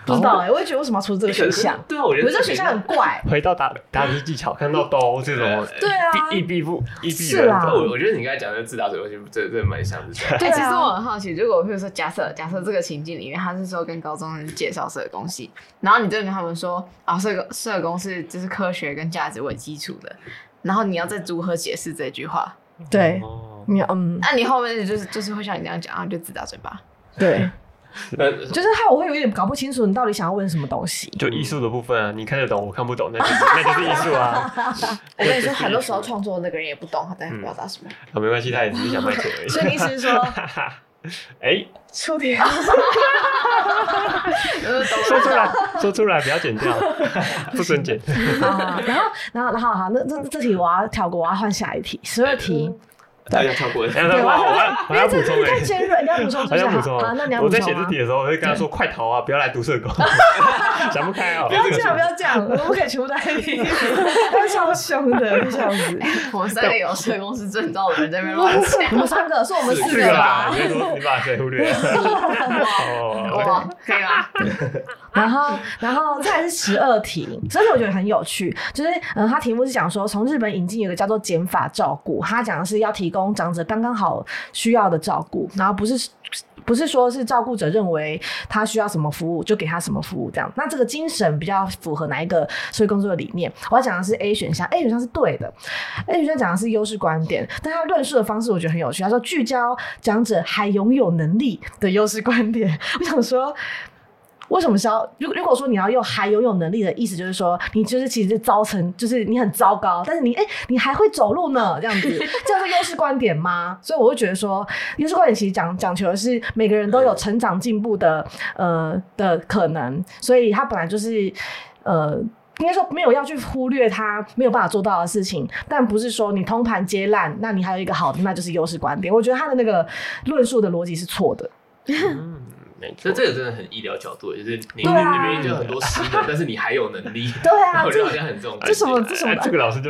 不知道 哎、我也觉得为什么要出这个选项？
对啊，我觉
我
得
们这个选项很怪，
回到答答题技巧， 看到兜这种
对
对
啊，
一必不一必
是啊
人
啦
的
我我觉得你刚才讲的自打嘴游戏，这这蛮像是这样。
对
对，
啊
其实我很好奇，如果譬如说假设假设这个情境里面，他是说跟高中生介绍社工系，然后你就跟他们说啊，社工社工是就是科学跟价值为基础的，然后你要再如何解释这句话？
对，
哦
你嗯，
那、你后面就是就是会像你这样讲，然后就自打嘴巴。
对，
那
就是害我会有一点搞不清楚你到底想要问什么东西。
就艺术的部分啊，你看得懂，我看不懂，那就是那就是艺术 啊。
我跟你说，很多时候创作的那个人也不懂他在表达什么。
啊，没关系，他也只是想卖钱而已。
所以你意思是说，
哎，
出 题
就是懂
说出来，说出来，不要剪 掉，不准剪。
啊，然后，然后，然后，好，那这这题我要跳过，我要换下一题，十二题。
大家跳过
哎那
对
我
我要
我要我
因为
要
这
补
这
充
题
哎
太。尖锐，你要补 充是
好
不是？
像补
好
充
好，那你要
我
补
在
充
写字
啊
体。的时候，我会跟他说：“快逃啊，不要来读 社工，想不开哦。”
不要这样，不要这样，我们不可以全部都在 你，他超凶的，笑死。
我们三个有社工师证照的人在那边乱
我
讲
们，三个，是我们四
四
个
个啦，
吧
你？别说你把谁忽略了。哦，
哇，可以吗？
然后，然后再来是十二题，十二题我觉得很有趣，就是嗯，它题目是讲说从日本引进有一个叫做减法照顾，它讲的是要提供长者刚刚好需要的照顾，然后不是。不是说是照顾者认为他需要什么服务就给他什么服务这样，那这个精神比较符合哪一个社会工作的理念？我要讲的是 A 选项，A 选项是对的，A 选项讲的是优势观点，但他论述的方式我觉得很有趣，他说聚焦长者还拥有能力的优势观点， 我想说为什么是要？如如果说你要用还拥有能力的意思，就是说你就是其实是糟成，就是你很糟糕，但是你哎、你还会走路呢，这样 子，这样是优势观点吗？所以我会觉得说，优势观点其实讲讲求的是每个人都有成长进步的呃的可能，所以他本来就是呃。应该说没有要去忽略他没有办法做到的事情，但不是说你通盘皆烂，那你还有一个好的，那就是优势观点。我觉得他的那个论述的逻辑是错的。
嗯，没
所
错
以。这个真的很医疗角度，就是你
对啊
你明明就很多失能，但是你还有能力，
对啊，
我觉
这
得好像很重。
这什么这什么
哎这个老师就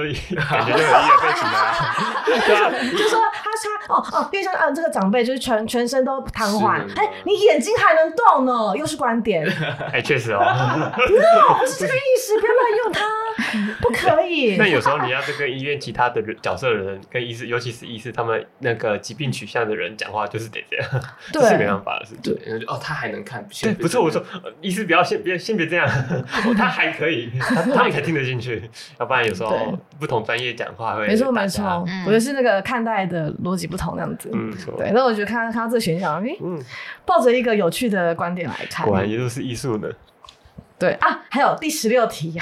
感觉就有医疗背景啊，对啊，
就说他他哦哦，变相嗯，这个长辈就是全全身都瘫痪
是，的
哎、你眼睛还能动呢，又是观点
哎，确 实哦。
，no，不是这个意思，不要乱用它，不可以
那。有时候你要是跟医院其他的人角色的人，跟医师，尤其是医师他们那个疾病取向的人讲话，就是得这样，这是没
对，
办法的事情。
对，然后就哦，他还能看，
对，
先
不是我说，呃医师不要先别先别 这样，哦他还可以，他他们才听得进去，要不然有时
对
候不同专业讲话会
没错
打
没
架啊
错，
嗯
我觉得是那个看待的逻辑不同那样子。
嗯，没错
对，，那我觉得看到看到这个选项，哎、
嗯，
抱着一个有趣的观点来看，
果然也就是艺术呢，
对啊，还有第十六题，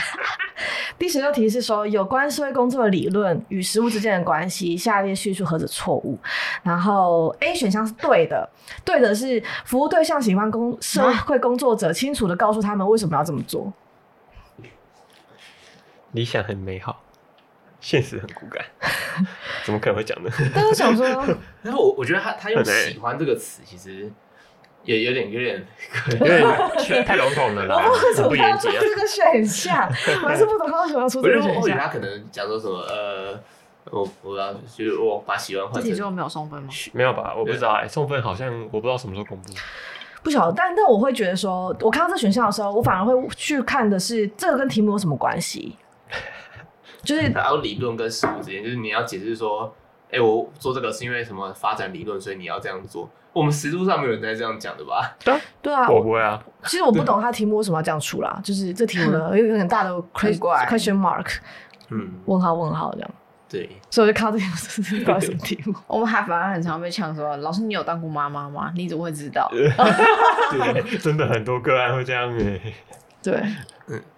第十六题是说有关社会工作的理论与实务之间的关系，下列叙述何者错误？然后 A 选项是对的，对的是服务对象喜欢工
啊
社会工作者，清楚的告诉他们为什么要这么做。
理想很美好，现实很骨 感，怎么可能会讲呢？
但是 想说，
然后我我觉得他他用
很累
喜欢这个词，其实也有点有点
因为太笼统了
我
啦
不为，什
很
么
不
要
严
出
谨啊。
这个选项，我还是不懂他为什么要出
我
这
觉
个
得
选
啊我觉得
项。
他可能讲说什么呃，我我要就是我把喜欢
这
换
题
成
就没有送分吗？
没有吧？我不知道哎、送分好像我不知道什么时候公布。
不晓得，但但我会觉得说，我看到这选项的时候，我反而会去看的是这个跟题目有什么关系，就是
然后理论跟实务之间，就是你要解释说，哎、我做这个是因为什么发展理论，所以你要这样做。我们实务上没有人在这样讲的吧？
对啊，
我不会啊，
其实我不懂他题目为什么要这样出啦，就是这题目的有一个很大的 question
很怪
question mark
嗯，
问号问号这样，
对，
所以我就看到这个这是搞什么题目，
我们还反而很常被呛说，老师你有当过妈妈吗？你怎么会知道？
对，真的很多个案会这样哎、
对，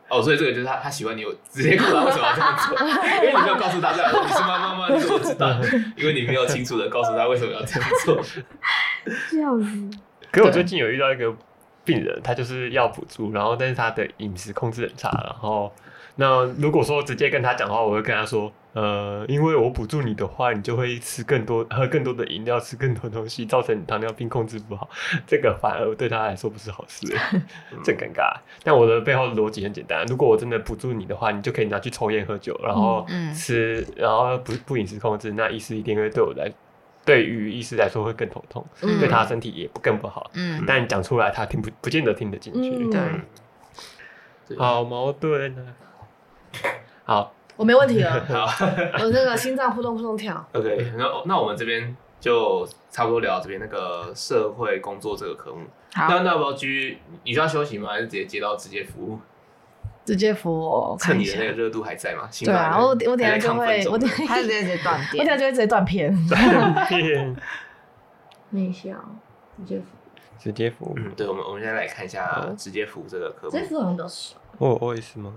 哦，所以这个就是他他喜欢你，有直接告诉他为什么要这样做，因为你没有告诉大家你是妈妈吗？你怎么知道？因为你没有清楚的告诉他为什么要这样做。
可是我最近有遇到一个病人，他就是要补助，然后但是他的饮食控制很差，然后那如果说直接跟他讲话，我会跟他说，呃，因为我补助你的话，你就会吃更多、喝更多的饮料、吃更多东西，造成你糖尿病控制不好，这个反而对他来说不是好 事、欸，这尴尬。但我的背后逻辑很简单，如果我真的补助你的话，你就可以拿去抽烟、喝酒，然后
嗯嗯
吃，然后不不饮食控制，那医师一定会对我来对于医师来说会更头痛，
嗯
对他的身体也不更不好。
嗯，
但讲出来他听不不见得听得进去，
嗯
对
对
好矛盾 啊。 好，
我没问题了，
好
我那个心脏扑通扑通跳。
，OK，那那我们这边就差不多聊到这边那个社会工作这个科目。
好，
那那要不要继续？你需要休息吗？还是直接接到直接服务？
直接扶我
趁
看一
你的
下
那。个热度还在吗？心
对
脏
啊，
还在
我我等一下
还在
就
亢奋
会，
中
我等一
他
下
是直接直接
我
断
等一下
电，
就会直接断片。
内笑，直接
直接服务，
嗯，对，我们我们现在来看一下直接服务这个科目。
服好像都是
我 OS 哦吗？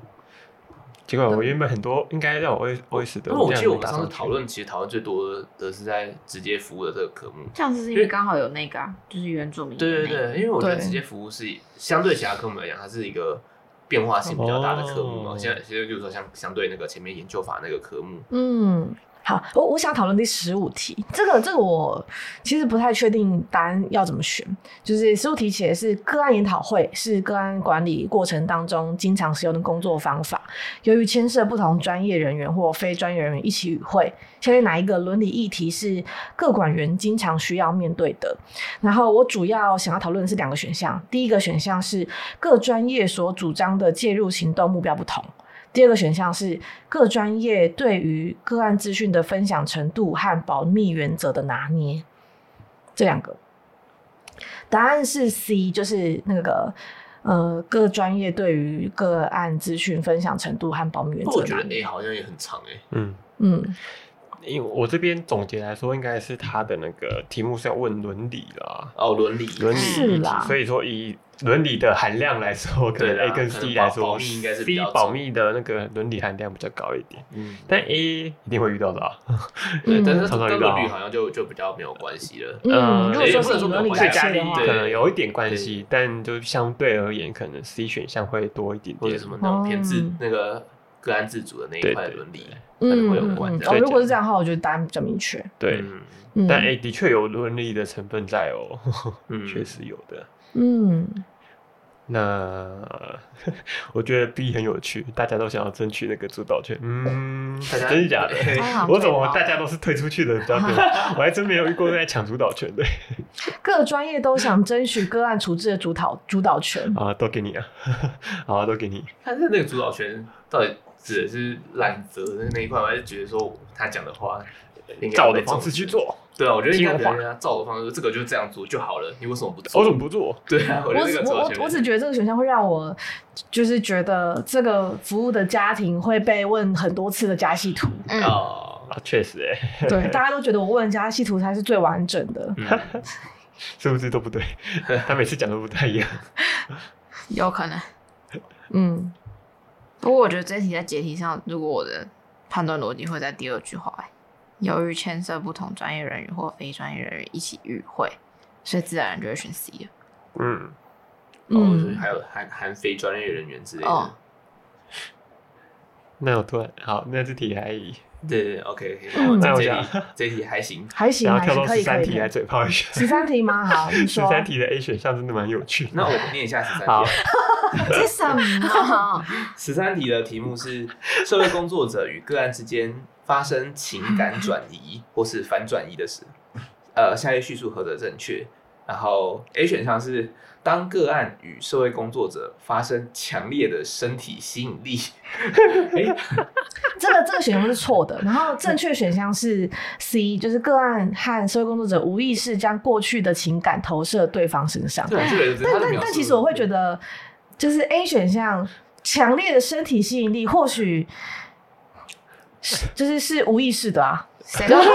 嗯
结果我原本很多应该让我 OS 的，
因为我
这样
记得我们
没打
上次
上去
讨，论，其实讨论最多的是在直接服务的这个科目。
这样子是因为刚好有那个啊，就是原住民的那
对
个，
对对，因为我觉得
嗯对
直接服务是相对其他科目来讲，它是一个变化性比较大的科目嘛。
哦
现在现在就是说像相对那个前面研究法那个科目，
嗯，好，我我想讨论第十五题，这个这个我其实不太确定答案要怎么选。就是十五题写的是个案研讨会是个案管理过程当中经常使用的工作方法，由于牵涉不同专业人员或非专业人员一起与会，下列哪一个伦理议题是各管员经常需要面对的？然后我主要想要讨论的是两个选项，第一个选项是各专业所主张的介入行动目标不同。第二个选项是各专业对于个案资讯的分享程度和保密原则的拿捏，这两个答案是 C，就是那个呃各专业对于个案资讯分享程度和保密原
不
则
过我
的
觉
拿
得
捏。
A 好像也很长哎、
嗯，
嗯
因为我这边总结来说，应该是他的那个题目是要问伦理啦，
哦，伦理
伦理
是
议题
啦
所以说以伦理的含量来说，可能
对
A
啦
跟
可能
C
保
来说，
保密应该是比
C
较
保密的那个伦理含量比较高一点，
嗯，
但 A 一定会遇到的啊。
对，但是
常常
跟
遇到
伦理好像就就比较没有关系了。
嗯，
呃
如果说是
也
以
不能说
伦理
没有
来
关
切
系
的话
对，
可能有一点关系，但就相对而言，可能 C 选项会多一点
或者
点。
什么那种偏自、
嗯
那个个案自主的那一块
对对
伦理，可能
嗯
会有
嗯
关
嗯
这。样
哦，
对
如果是这样的话，我觉得答案比较明确。
对，
嗯
嗯，
但 A 的确有伦理的成分在哦，
嗯
确实有的。
嗯，
那 我觉得 B 很有趣，大家都想要争取那个主导权。嗯，
大家
真的假的？
好
我怎么大家都是退出去的比较多？我还真没有遇过在抢主导权的
各专业都想争取个案处置的主导主导权。
啊！都给你啊，好啊，都给你。
但是那个主导权到底指的是揽责的那一块吗，还是觉得说他讲的话应该
照
要
我
被
的
重
方
视
式去？做，
对啊，我觉得应该
听我话
跟他照我的方式，这个就这样做就好了，你为什么不做？
我怎哦么不做？
对啊，我觉
我
得那个主
我
导
我
权
我只觉得这个选项会让我就是觉得这个服务的家庭会被问很多次的家系 图，
嗯，
哦，
啊，确实哎、
对，大家都觉得我问家系图才是最完整的。
嗯，
是不是都不对？ 他每次讲都不太一样。
有可能。
嗯，
不过我觉得这题在解题上，如果我的判断逻辑会在第二句话、欸，由于牵涉不同专业人员或非专业人员一起与会，所以自然而然就会选 C 了。
嗯，
哦，就是
嗯
还有含含非专业人员之类
哦
的，
那我突然好，那这题还
对对，OK OK，
嗯
这
那我
这
想
题这题还行，
还行，
想要
还
跳
行，
到
可
十
以可
三
以。
题来嘴炮一下。
十三题吗？好， 你
十
说。
三题的 A 选项真的蛮有趣的。
那我念一下十三
好
题。
这什么？
十三题的题目是：社会工作者与个案之间发生情感转 移或是反转移的时，呃，下列叙述何者正确？然后 A 选项是当个案与社会工作者发生强烈的身体吸引力。哎，
这个这个选项是错的，然后正确选项是 C，就是个案和社会工作者无意识将过去的情感投射对方身上。
对，这个
但但但其实我会觉，得，就是 A 选项强烈的身体吸引力，或许是就是是无意识的啊。
谁都 是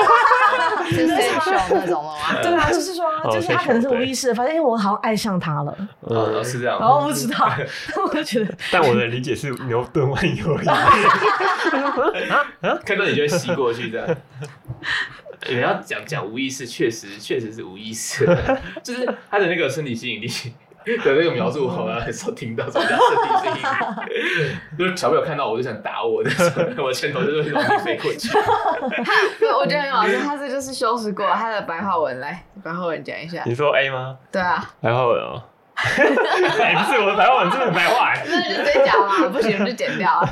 谁秀那种的吗？
对啊，就是说，
哦
就是他
对
可能是无
对
意识的，发现哎，我好像爱上他了，
哦，是这样
然
吗。
后我不知道，我就觉得
呃但我的理解是牛顿万有 引力。
看到你就会吸过去这样。你要讲讲无意识，确实确实是无意识的，就是他的那个身体吸引力的那个描述，我好像很少听到什么叫身体吸引力。就是小朋友看到我就想打我的时候，我拳头就是容易飞过去。
对，我觉得很好笑。他这就是修饰过他的白话文，来白话文讲一下。
你说 A 吗？
对啊，
然后呢？呃 哎、不是我的白话文，真的很白话、哎
那你就直接讲嘛，不行我就剪掉。啊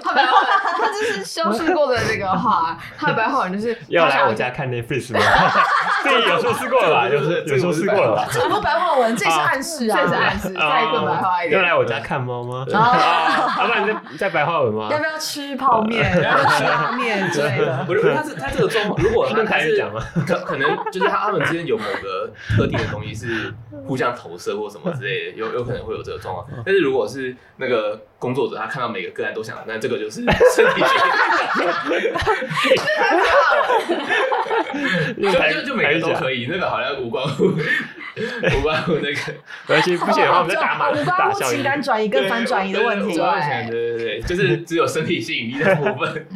他白话文，他这是修饰过的那个话，他的白话文就是
要来我家，看 Netflix 吗？这有修饰过了吧？有有修饰过了吧？
这很多白话文，这也是暗示啊，
确实暗示，再更白话一
哦要
点。
来我家看猫吗？
啊
啊，要不然你在在白话 文吗？
要不要吃泡面？要不要吃拉面 之类的？
我觉得他是他这个状况，如果他
用
他
台
是
语讲吗？
可可能就是他们之间有某个特定的东西是互相投射或什么之类的，有有可能会有这个状况。但是如果是那个工作者，他看到每个个案都想，那这个 就是身体
用台
学， 就就就每个都可以，那个好像无关乎无关乎那个
而且不行的话，我们再打 码
哦无
打
关乎
效
情
应。
感转移跟反转移的问题
对。我想对对对，就是只有身体吸引力的部分。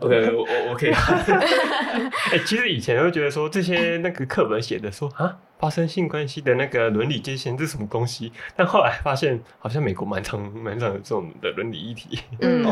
OK，我我我可以，
哎、其实以前会觉得说这些那个课本写的说啊，发生性关系的那个伦理界限这是什么东西，但后来发现好像美国蛮常蛮常有这种的伦理议题。
嗯，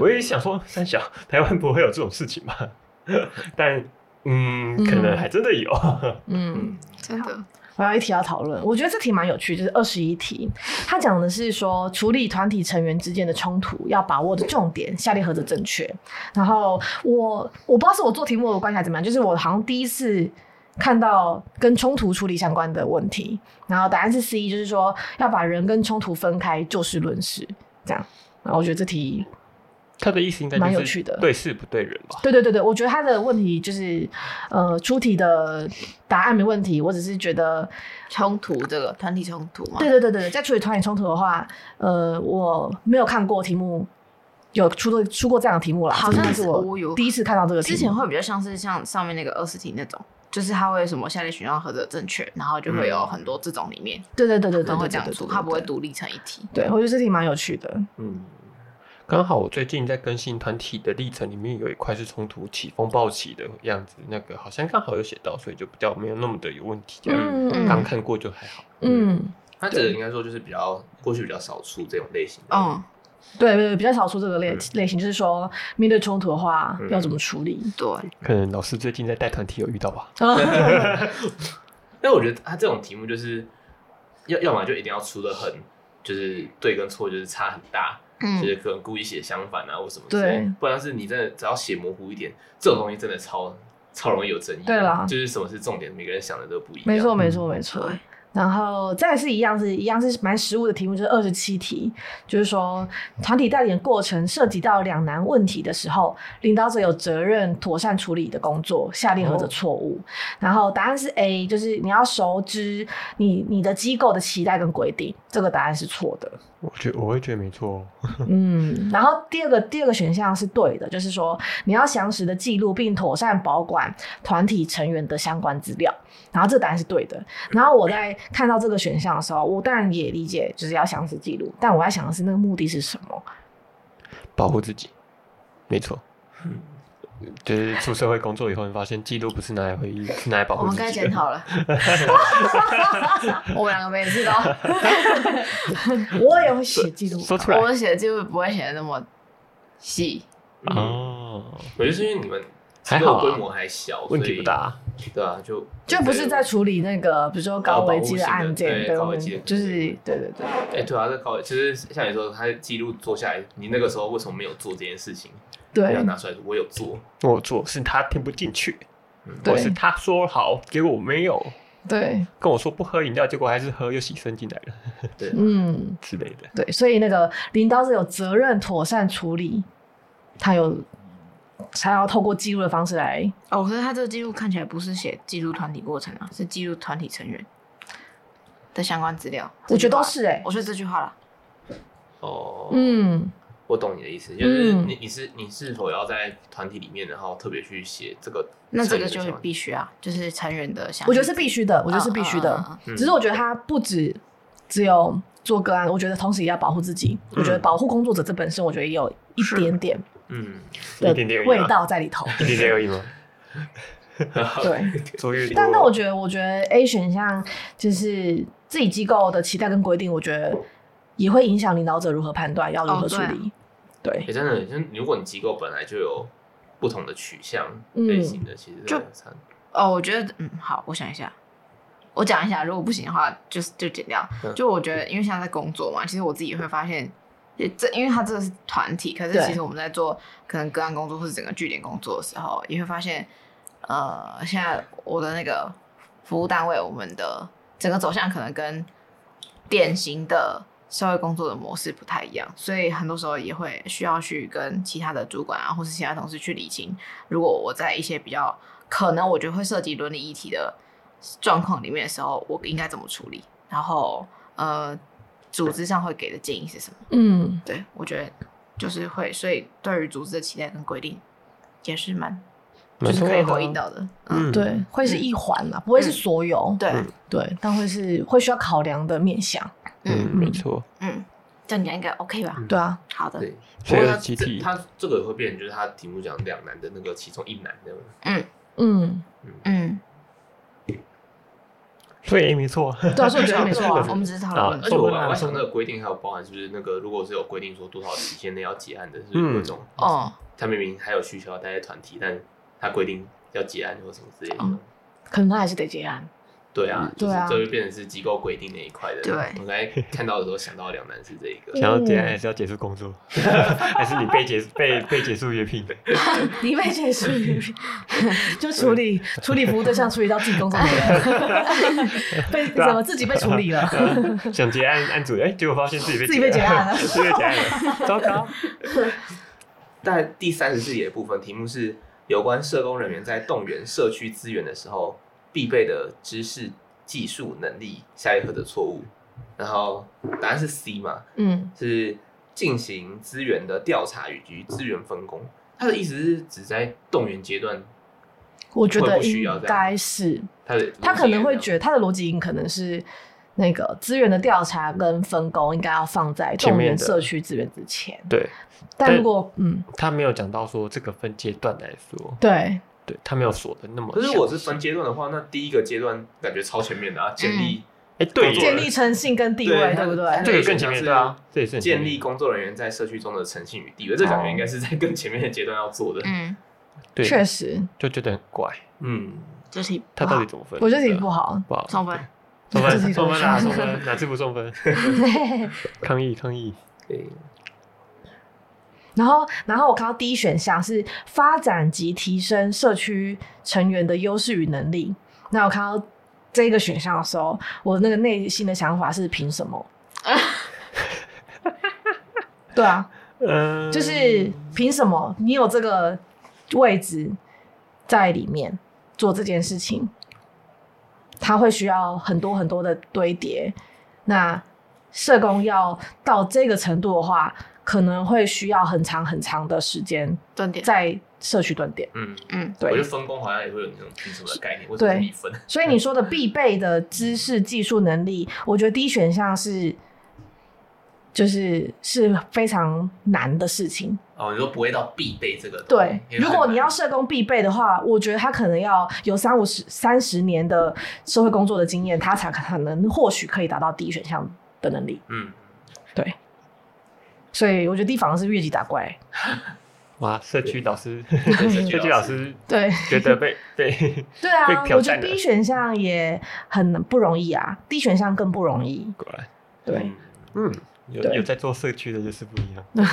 我也想说，三小台湾不会有这种事情吧？ 但嗯，可能还真的有。
嗯，
真的，
我要一题要讨论，我觉得这题蛮有趣，就是二十一题，它讲的是说处理团体成员之间的冲突要把握的重点，下列何者正确。然后我我不知道是我做题目的关系还是怎么样，就是我好像第一次看到跟冲突处理相关的问题，然后答案是 C，就是说要把人跟冲突分开，就事论事，这样。然后我觉得这题
他的意思应该
蛮
就
有趣
是
的
对事不对人吧？
对对对对，我觉得他的问题就是，呃，出题的答案没问题，我只是觉得，
冲突这个团体冲突嘛，
对对对对对，在处理团体冲突的话，呃，我没有看过题目有出过出过这样的题目啦，
好像
这
是
是
无有
我第一次看到这个题目。
之前会比较像是像上面那个二十题那种，就是他会什么下列选项何者正确，然后就会有很多这种里面，
对对对对对
然
对对
后会
对
这样出，
对
他不会
对
独立成一题。
对，我觉得这题蛮有趣的。
嗯，
刚好我最近在更新团体的历程里面有一块是冲突起风暴起的样子，那个好像刚好有写到，所以就比较没有那么的有问题。
嗯
刚
嗯
看过就还好。
嗯，
他这个应该说就是比较过去比较少出这种类型的。
嗯，
对对，对比较少出这个类
嗯
类型，就是说面对冲突的话
嗯
要怎么处 理。
对，
可能老师最近在带团体有遇到吧？
但我觉得他这种题目就是要要么就一定要出的很，就是对跟错就是差很大，就
嗯，
是可能故意写相反啊或什么之类
对，
不然是你真的只要写模糊一点，这种东西真的超超容易有争议的。
对啦
就是什么是重点，每个人想的都不一样。嗯
没错，没错，没错
对。
然后再来是一样是一样是蛮实务的题目，就是二十七题，就是说团体带领过程涉及到两难问题的时候，领导者有责任妥善处理的工作，下列何者错误？然后答案是 A，就是你要熟知你你的机构的期待跟规定，这个答案是错的。
我觉我会觉得没错、哦。
嗯，然后第二个第二个选项是对的，就是说你要详实的记录并妥善保管团体成员的相关资料。然后这答案是对的。然后我在看到这个选项的时候，我当然也理解就是要详实记录，但我在想的是那个目的是什 么？
保护自己，没错。嗯就是出社会工作以后，你发现记录不是拿来回 忆，是拿来保
我
护
们
自
该
己
检
的。
讨了。 我们两个每次都，
我也会写记录。
说出来
我写的记录不会写的那么细，
嗯，
哦，
我觉得是因为你们
还好啊
这个规模还小，
问题不大。
所以。对啊，就
就不是在处理那个，比如说高危机的案件，
对
对，
高
我
危
们
机的
就是对对对，
哎、对啊，这高，其实像你说，他记录做下来，你那个时候为什么没有做这件事情？
对
要拿出来，我有做。
我做是他听不进去，
对
或是他说好，结果我没有
对，
跟我说不喝饮料，结果还是喝，又洗身进来了
对，
嗯。
之类的。
对，所以那个领导者有责任妥善处理，他有才要透过记录的方式来。
哦，可是他这个记录看起来不是写记录团体过程啊，是记录团体成员的相关资料。
我觉得都
这句话，
是哎、
我说这句话了。
哦，
嗯，
我懂你的意思，就是
嗯
你你是你是否要在团体里面，然后特别去写这个
那这
成
个
员
就是
的
必须啊，就是成员的相。
我觉得是必须的，我觉得是必须的。
嗯嗯嗯
嗯
只是我觉得他不止只有做个案，我觉得同时也要保护自己。我觉得保护工作者这本身，我觉得也有一
嗯是
点点
嗯，
的
一点点而已
味
嘛
道在里 头。
一点点而已 吗？
对。
卓越多。
但但我觉得，我觉得 A 选项就是自己机构的期待跟规定，我觉得也会影响领导者如何判断要如
哦
何处
对啊
理。对
也、真的，就是如果你机构本来就有不同的取向
嗯
类型的，其实
就
很惨
哦，我觉得嗯，好，我想一下，我讲一下，如果不行的话，就是就剪掉。
嗯
就我觉得，因为现在在工作嘛，其实我自己会发现，也这因为它这个是团体，可是
对
其实我们在做可能个案工作或是整个据点工作的时候，也会发现，呃，现在我的那个服务单位，我们的整个走向可能跟典型的社会工作的模式不太一样，所以很多时候也会需要去跟其他的主管啊，或是其他同事去理清。如果我在一些比较可能我觉得会涉及伦理议题的状况里面的时候，我应该怎么处理？然后呃，组织上会给的建议是什么？
嗯，
对我觉得就是会，所以对于组织的期待跟规定也是蛮就
蛮
是
重
可以
要的啊
回应到的。嗯，
嗯，
对，会是一环啦，不会是所有，
对，
嗯
对，但会是会需要考量的面向，
嗯，
嗯
没错，
嗯，这样应该 OK 吧？
嗯
对啊，
好的，
对，
所以
不过它
集体
这它这个会变成就是它题目讲两难的那个其中一难的，
嗯，
嗯，
所以没错，
对啊，所以我觉得没错啊，
我们只是讨论
啊
而且我
做
还
啊
我还想那个规定还有包含是不是那个如果是有规定说多少期间内要结案的，是不是有一种
哦，
他明明还有需求要待在团体，但他规定要结案或什么之类的
哦。
可能他还是得结案，
对啊，就是
对啊
这就变成是机构规定那一块的。
对
我刚才看到的时候想到两难是 这一个
嗯
想要结案还是要结束工作， 还是你被结被被结束约聘？
你被解释， 就处理处理服务对象处理到自己工作没 了，被
对啊啊
怎么自己被处理了，
想结案案主，哎，结果发现自己被
自己被结案了
自己被结案 了，糟糕！
但第三十四节的部分题目是有关社工人员在动员社区资源的时候必备的知识、技术、能力，下一课的错误。然后答案是 C 嘛，
嗯
是进行资源的调查以及资源分工。他的意思是指在动员阶段，
我觉
会
得
不需要
应
这样
该是
他的
他可能会觉
得
得他的逻辑应可能是那个资源的调查跟分工应该要放在
前
动
面
员
的
社区资源之前，
对
但
但
如果嗯
他没有讲到说这个分阶段来说，
对
对他没有说的那么
可
详细。
是我是分阶段的话，那第一个阶段感觉超前面的啊，
嗯
建立、
哎，对
工作
建
耶，
立诚信跟地位，对不对？
这个更前面对啊，这也是很前
建
面
立工作人员在社区中的诚信与地位，这感觉应该是在更前面的阶段要做的。
嗯，
对，
确实，
就觉得很怪，
嗯，
这题
他到底怎么分？啊
我觉得挺不好。
不好，
送分，
送
这题
分，
怎么
送分啦，
分
送分，哪次不送分？ 抗议，抗议，
对，
然后，然后我看到第一选项是发展及提升社区成员的优势与能力。那我看到这个选项的时候，我那个内心的想法是凭什么？对啊，
嗯，
就是凭什么你有这个位置在里面做这件事情，它会需要很多很多的堆叠。那社工要到这个程度的话，可能会需要很长很长的时间
重点，
在社区蹲点。
嗯，
嗯，
我觉
对，
得分工好像也会有那种凭什么的概念，为什么是你分？
所以你说的必备的知识、技术、能力，我觉得第一选项是。就是是非常难的事情，
哦，你说不会到必备这个东西
对，
因为
如
很
果你要
难
社工必备的话，我觉得他可能要有三五十、三十年的社会工作的经验，他才可能或许可以达到第一选项的能力。
嗯，
所以我觉得第一反而是越级打怪。
哇，社区老师，
社
社区老师
对
觉得被被
对啊
被，挑
我觉
战
得
了
第一选项也很不容易啊，第一选项更不容易。
过来，
对，
嗯
嗯，有
对
有在做社区的就是不一样，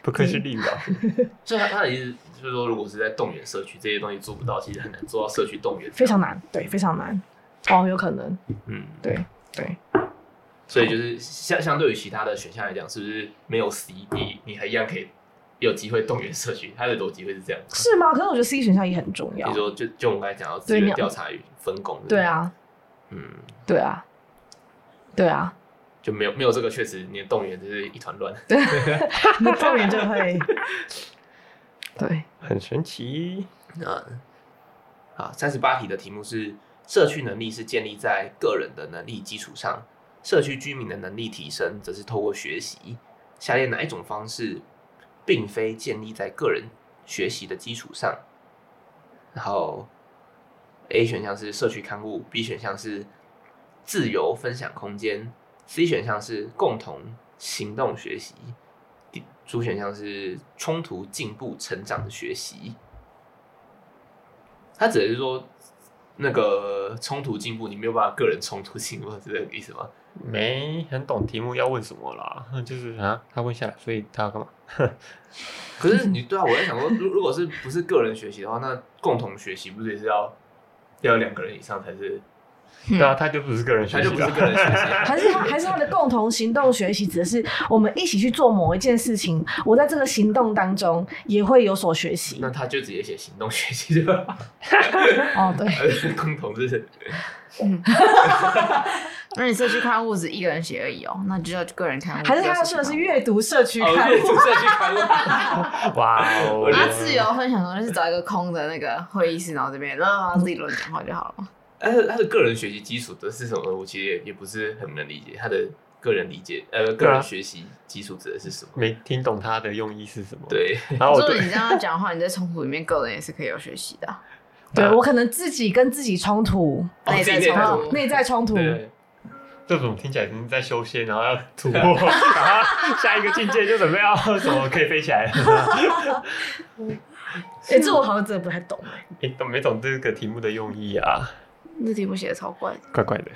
不愧是丽老师，
嗯
所以他他的意思就是说，如果是在动员社区这些东西做不到，其实很难做到社区动员，
非常难，对，非常难。哦，有可能，
嗯，
对对，
所以就是相相对于其他的选项来讲，是不是没有 C 你你还一样可以有机会动员社区？他的逻辑会是这样。
是吗？可是我觉得 C 选项也很重
比
要
如。说，就就我们刚才讲到资
啊对你
源
要
调查与分工，
对，啊，
嗯，
对啊，对啊，
就没有没有这个，确实你的动员就是一团乱。
你后面就 会，对，
很神奇，
嗯，啊，三十八题的题目是：社区能力是建立在个人的能力基础上，社区居民的能力提升则是透过学习。下列哪一种方式并非建立在个人学习的基础上？然后 A 选项是社区刊物，B 选项是自由分享空间，C 选项是共同行动学习，D 主选项是冲突进步成长的学习。他只是说，那个冲突进步，你没有办法个人冲突进步，是这个意思吗？
没很懂题目要问什么啦， 就是啊，他问下来，所以他要干嘛？
可是你对啊，我在想说，如如果是不是个人学习的话，那共同学习不是也是要要两个人以上才是？
对啊，他就不是个人
嗯
学
他就
习
不是
啦
个人学习 啊，
还是他还是他的共同行动学习，指的是我们一起去做某一件事情，我在这个行动当中也会有所学习
那。他就直接写行动学习就好，
哦，对，
共同是
那你社区刊物只一个人写而已哦，那就要个人刊物。
还是他要说的是阅读社区
哦，
刊
对，
物。
主社区刊物。
哇哦
我觉
他
得
自由分享中就是找一个空的那个会议室，然后这边让他自己乱讲话就好了嘛。
但是他的个人学习基础的是什么？我其实也也不是很能理解他的个人理解，呃，个
对啊
人学习基础指的是什么？
没听懂他的用意是什么。，
哦对，
然后我
就是
对
你这样讲话，你在冲突里面个人也是可以有学习的啊。
对我可能自己跟自己冲突，
哦
内
自
在
己内
冲
在
哦
冲
突，
内在冲突。
对，这种听起来已经在修仙，然后要突破， 然后下一个境界就准备要 什么可以飞起来 了。
哎，这我好像真的不太懂。
你懂没懂这个题目的用意啊？
那题目写的超怪的。
怪怪的。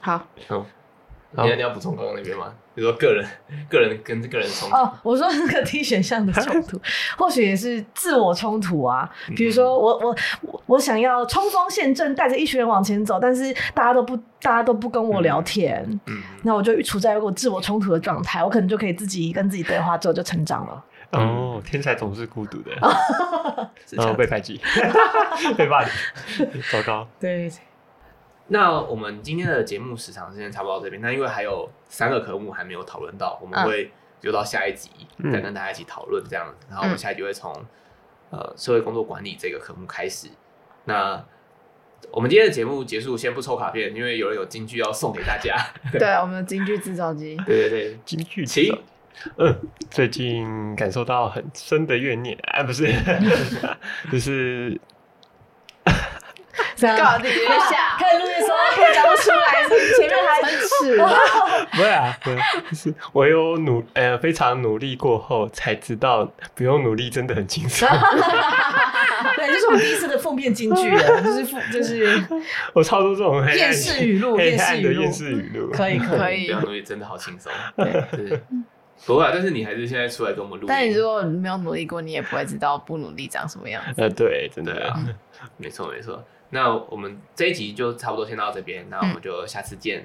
好，
哦
你要你要补充刚刚那边吗？比如说个人、 个人跟个人冲突，
哦，我说那个 D 选项的冲突，或许也是自我冲突啊。比如说我我我我想要冲锋陷阵，带着一群人往前走，但是大家都不大家都不跟我聊天，
嗯，
那我就处在一个自我冲突的状态，我可能就可以自己跟自己对话之后就成长了。
哦，天才总是孤独的，
是这
然后
样
被 排挤， 被霸凌， 糟糕。
对，
那我们今天的节目时长时间差不多到这边，那因为还有三个科目还没有讨论到，我们
嗯
会留到下一集、
嗯
再跟大家一起讨论这样子。然后我们下一集会从、呃社会工作管理这个科目开始。那我们今天的节目结束，先不抽卡片，因为有人有金句要送给大家。
对，我们的京剧制造机。
对对对，
京剧
请
之嗯，最近感受到很深的怨念， 啊，不是，就是
这 样
告诉自己月下，
看录音的时候可以讲不出来，前面还
耻啊！
不是啊，对，就是我有努呃非常努力过后才知道，不用努力真的很轻松。
对，这是我们第一次的负面金句了，就是负就是
我超多这种黑暗
厌世语录
黑
厌世
暗的
语录
厌世语录。
可以可
可
以。
不
以
要。努力真的好轻松。对，不会啊，但是你还是现在出来跟我们录音，
但你如果没有努力过，你也不会知道不努力长什么样子。
呃，对，真的
对 啊，没错没错。那我们这一集就差不多先到这边，那我们就下次见，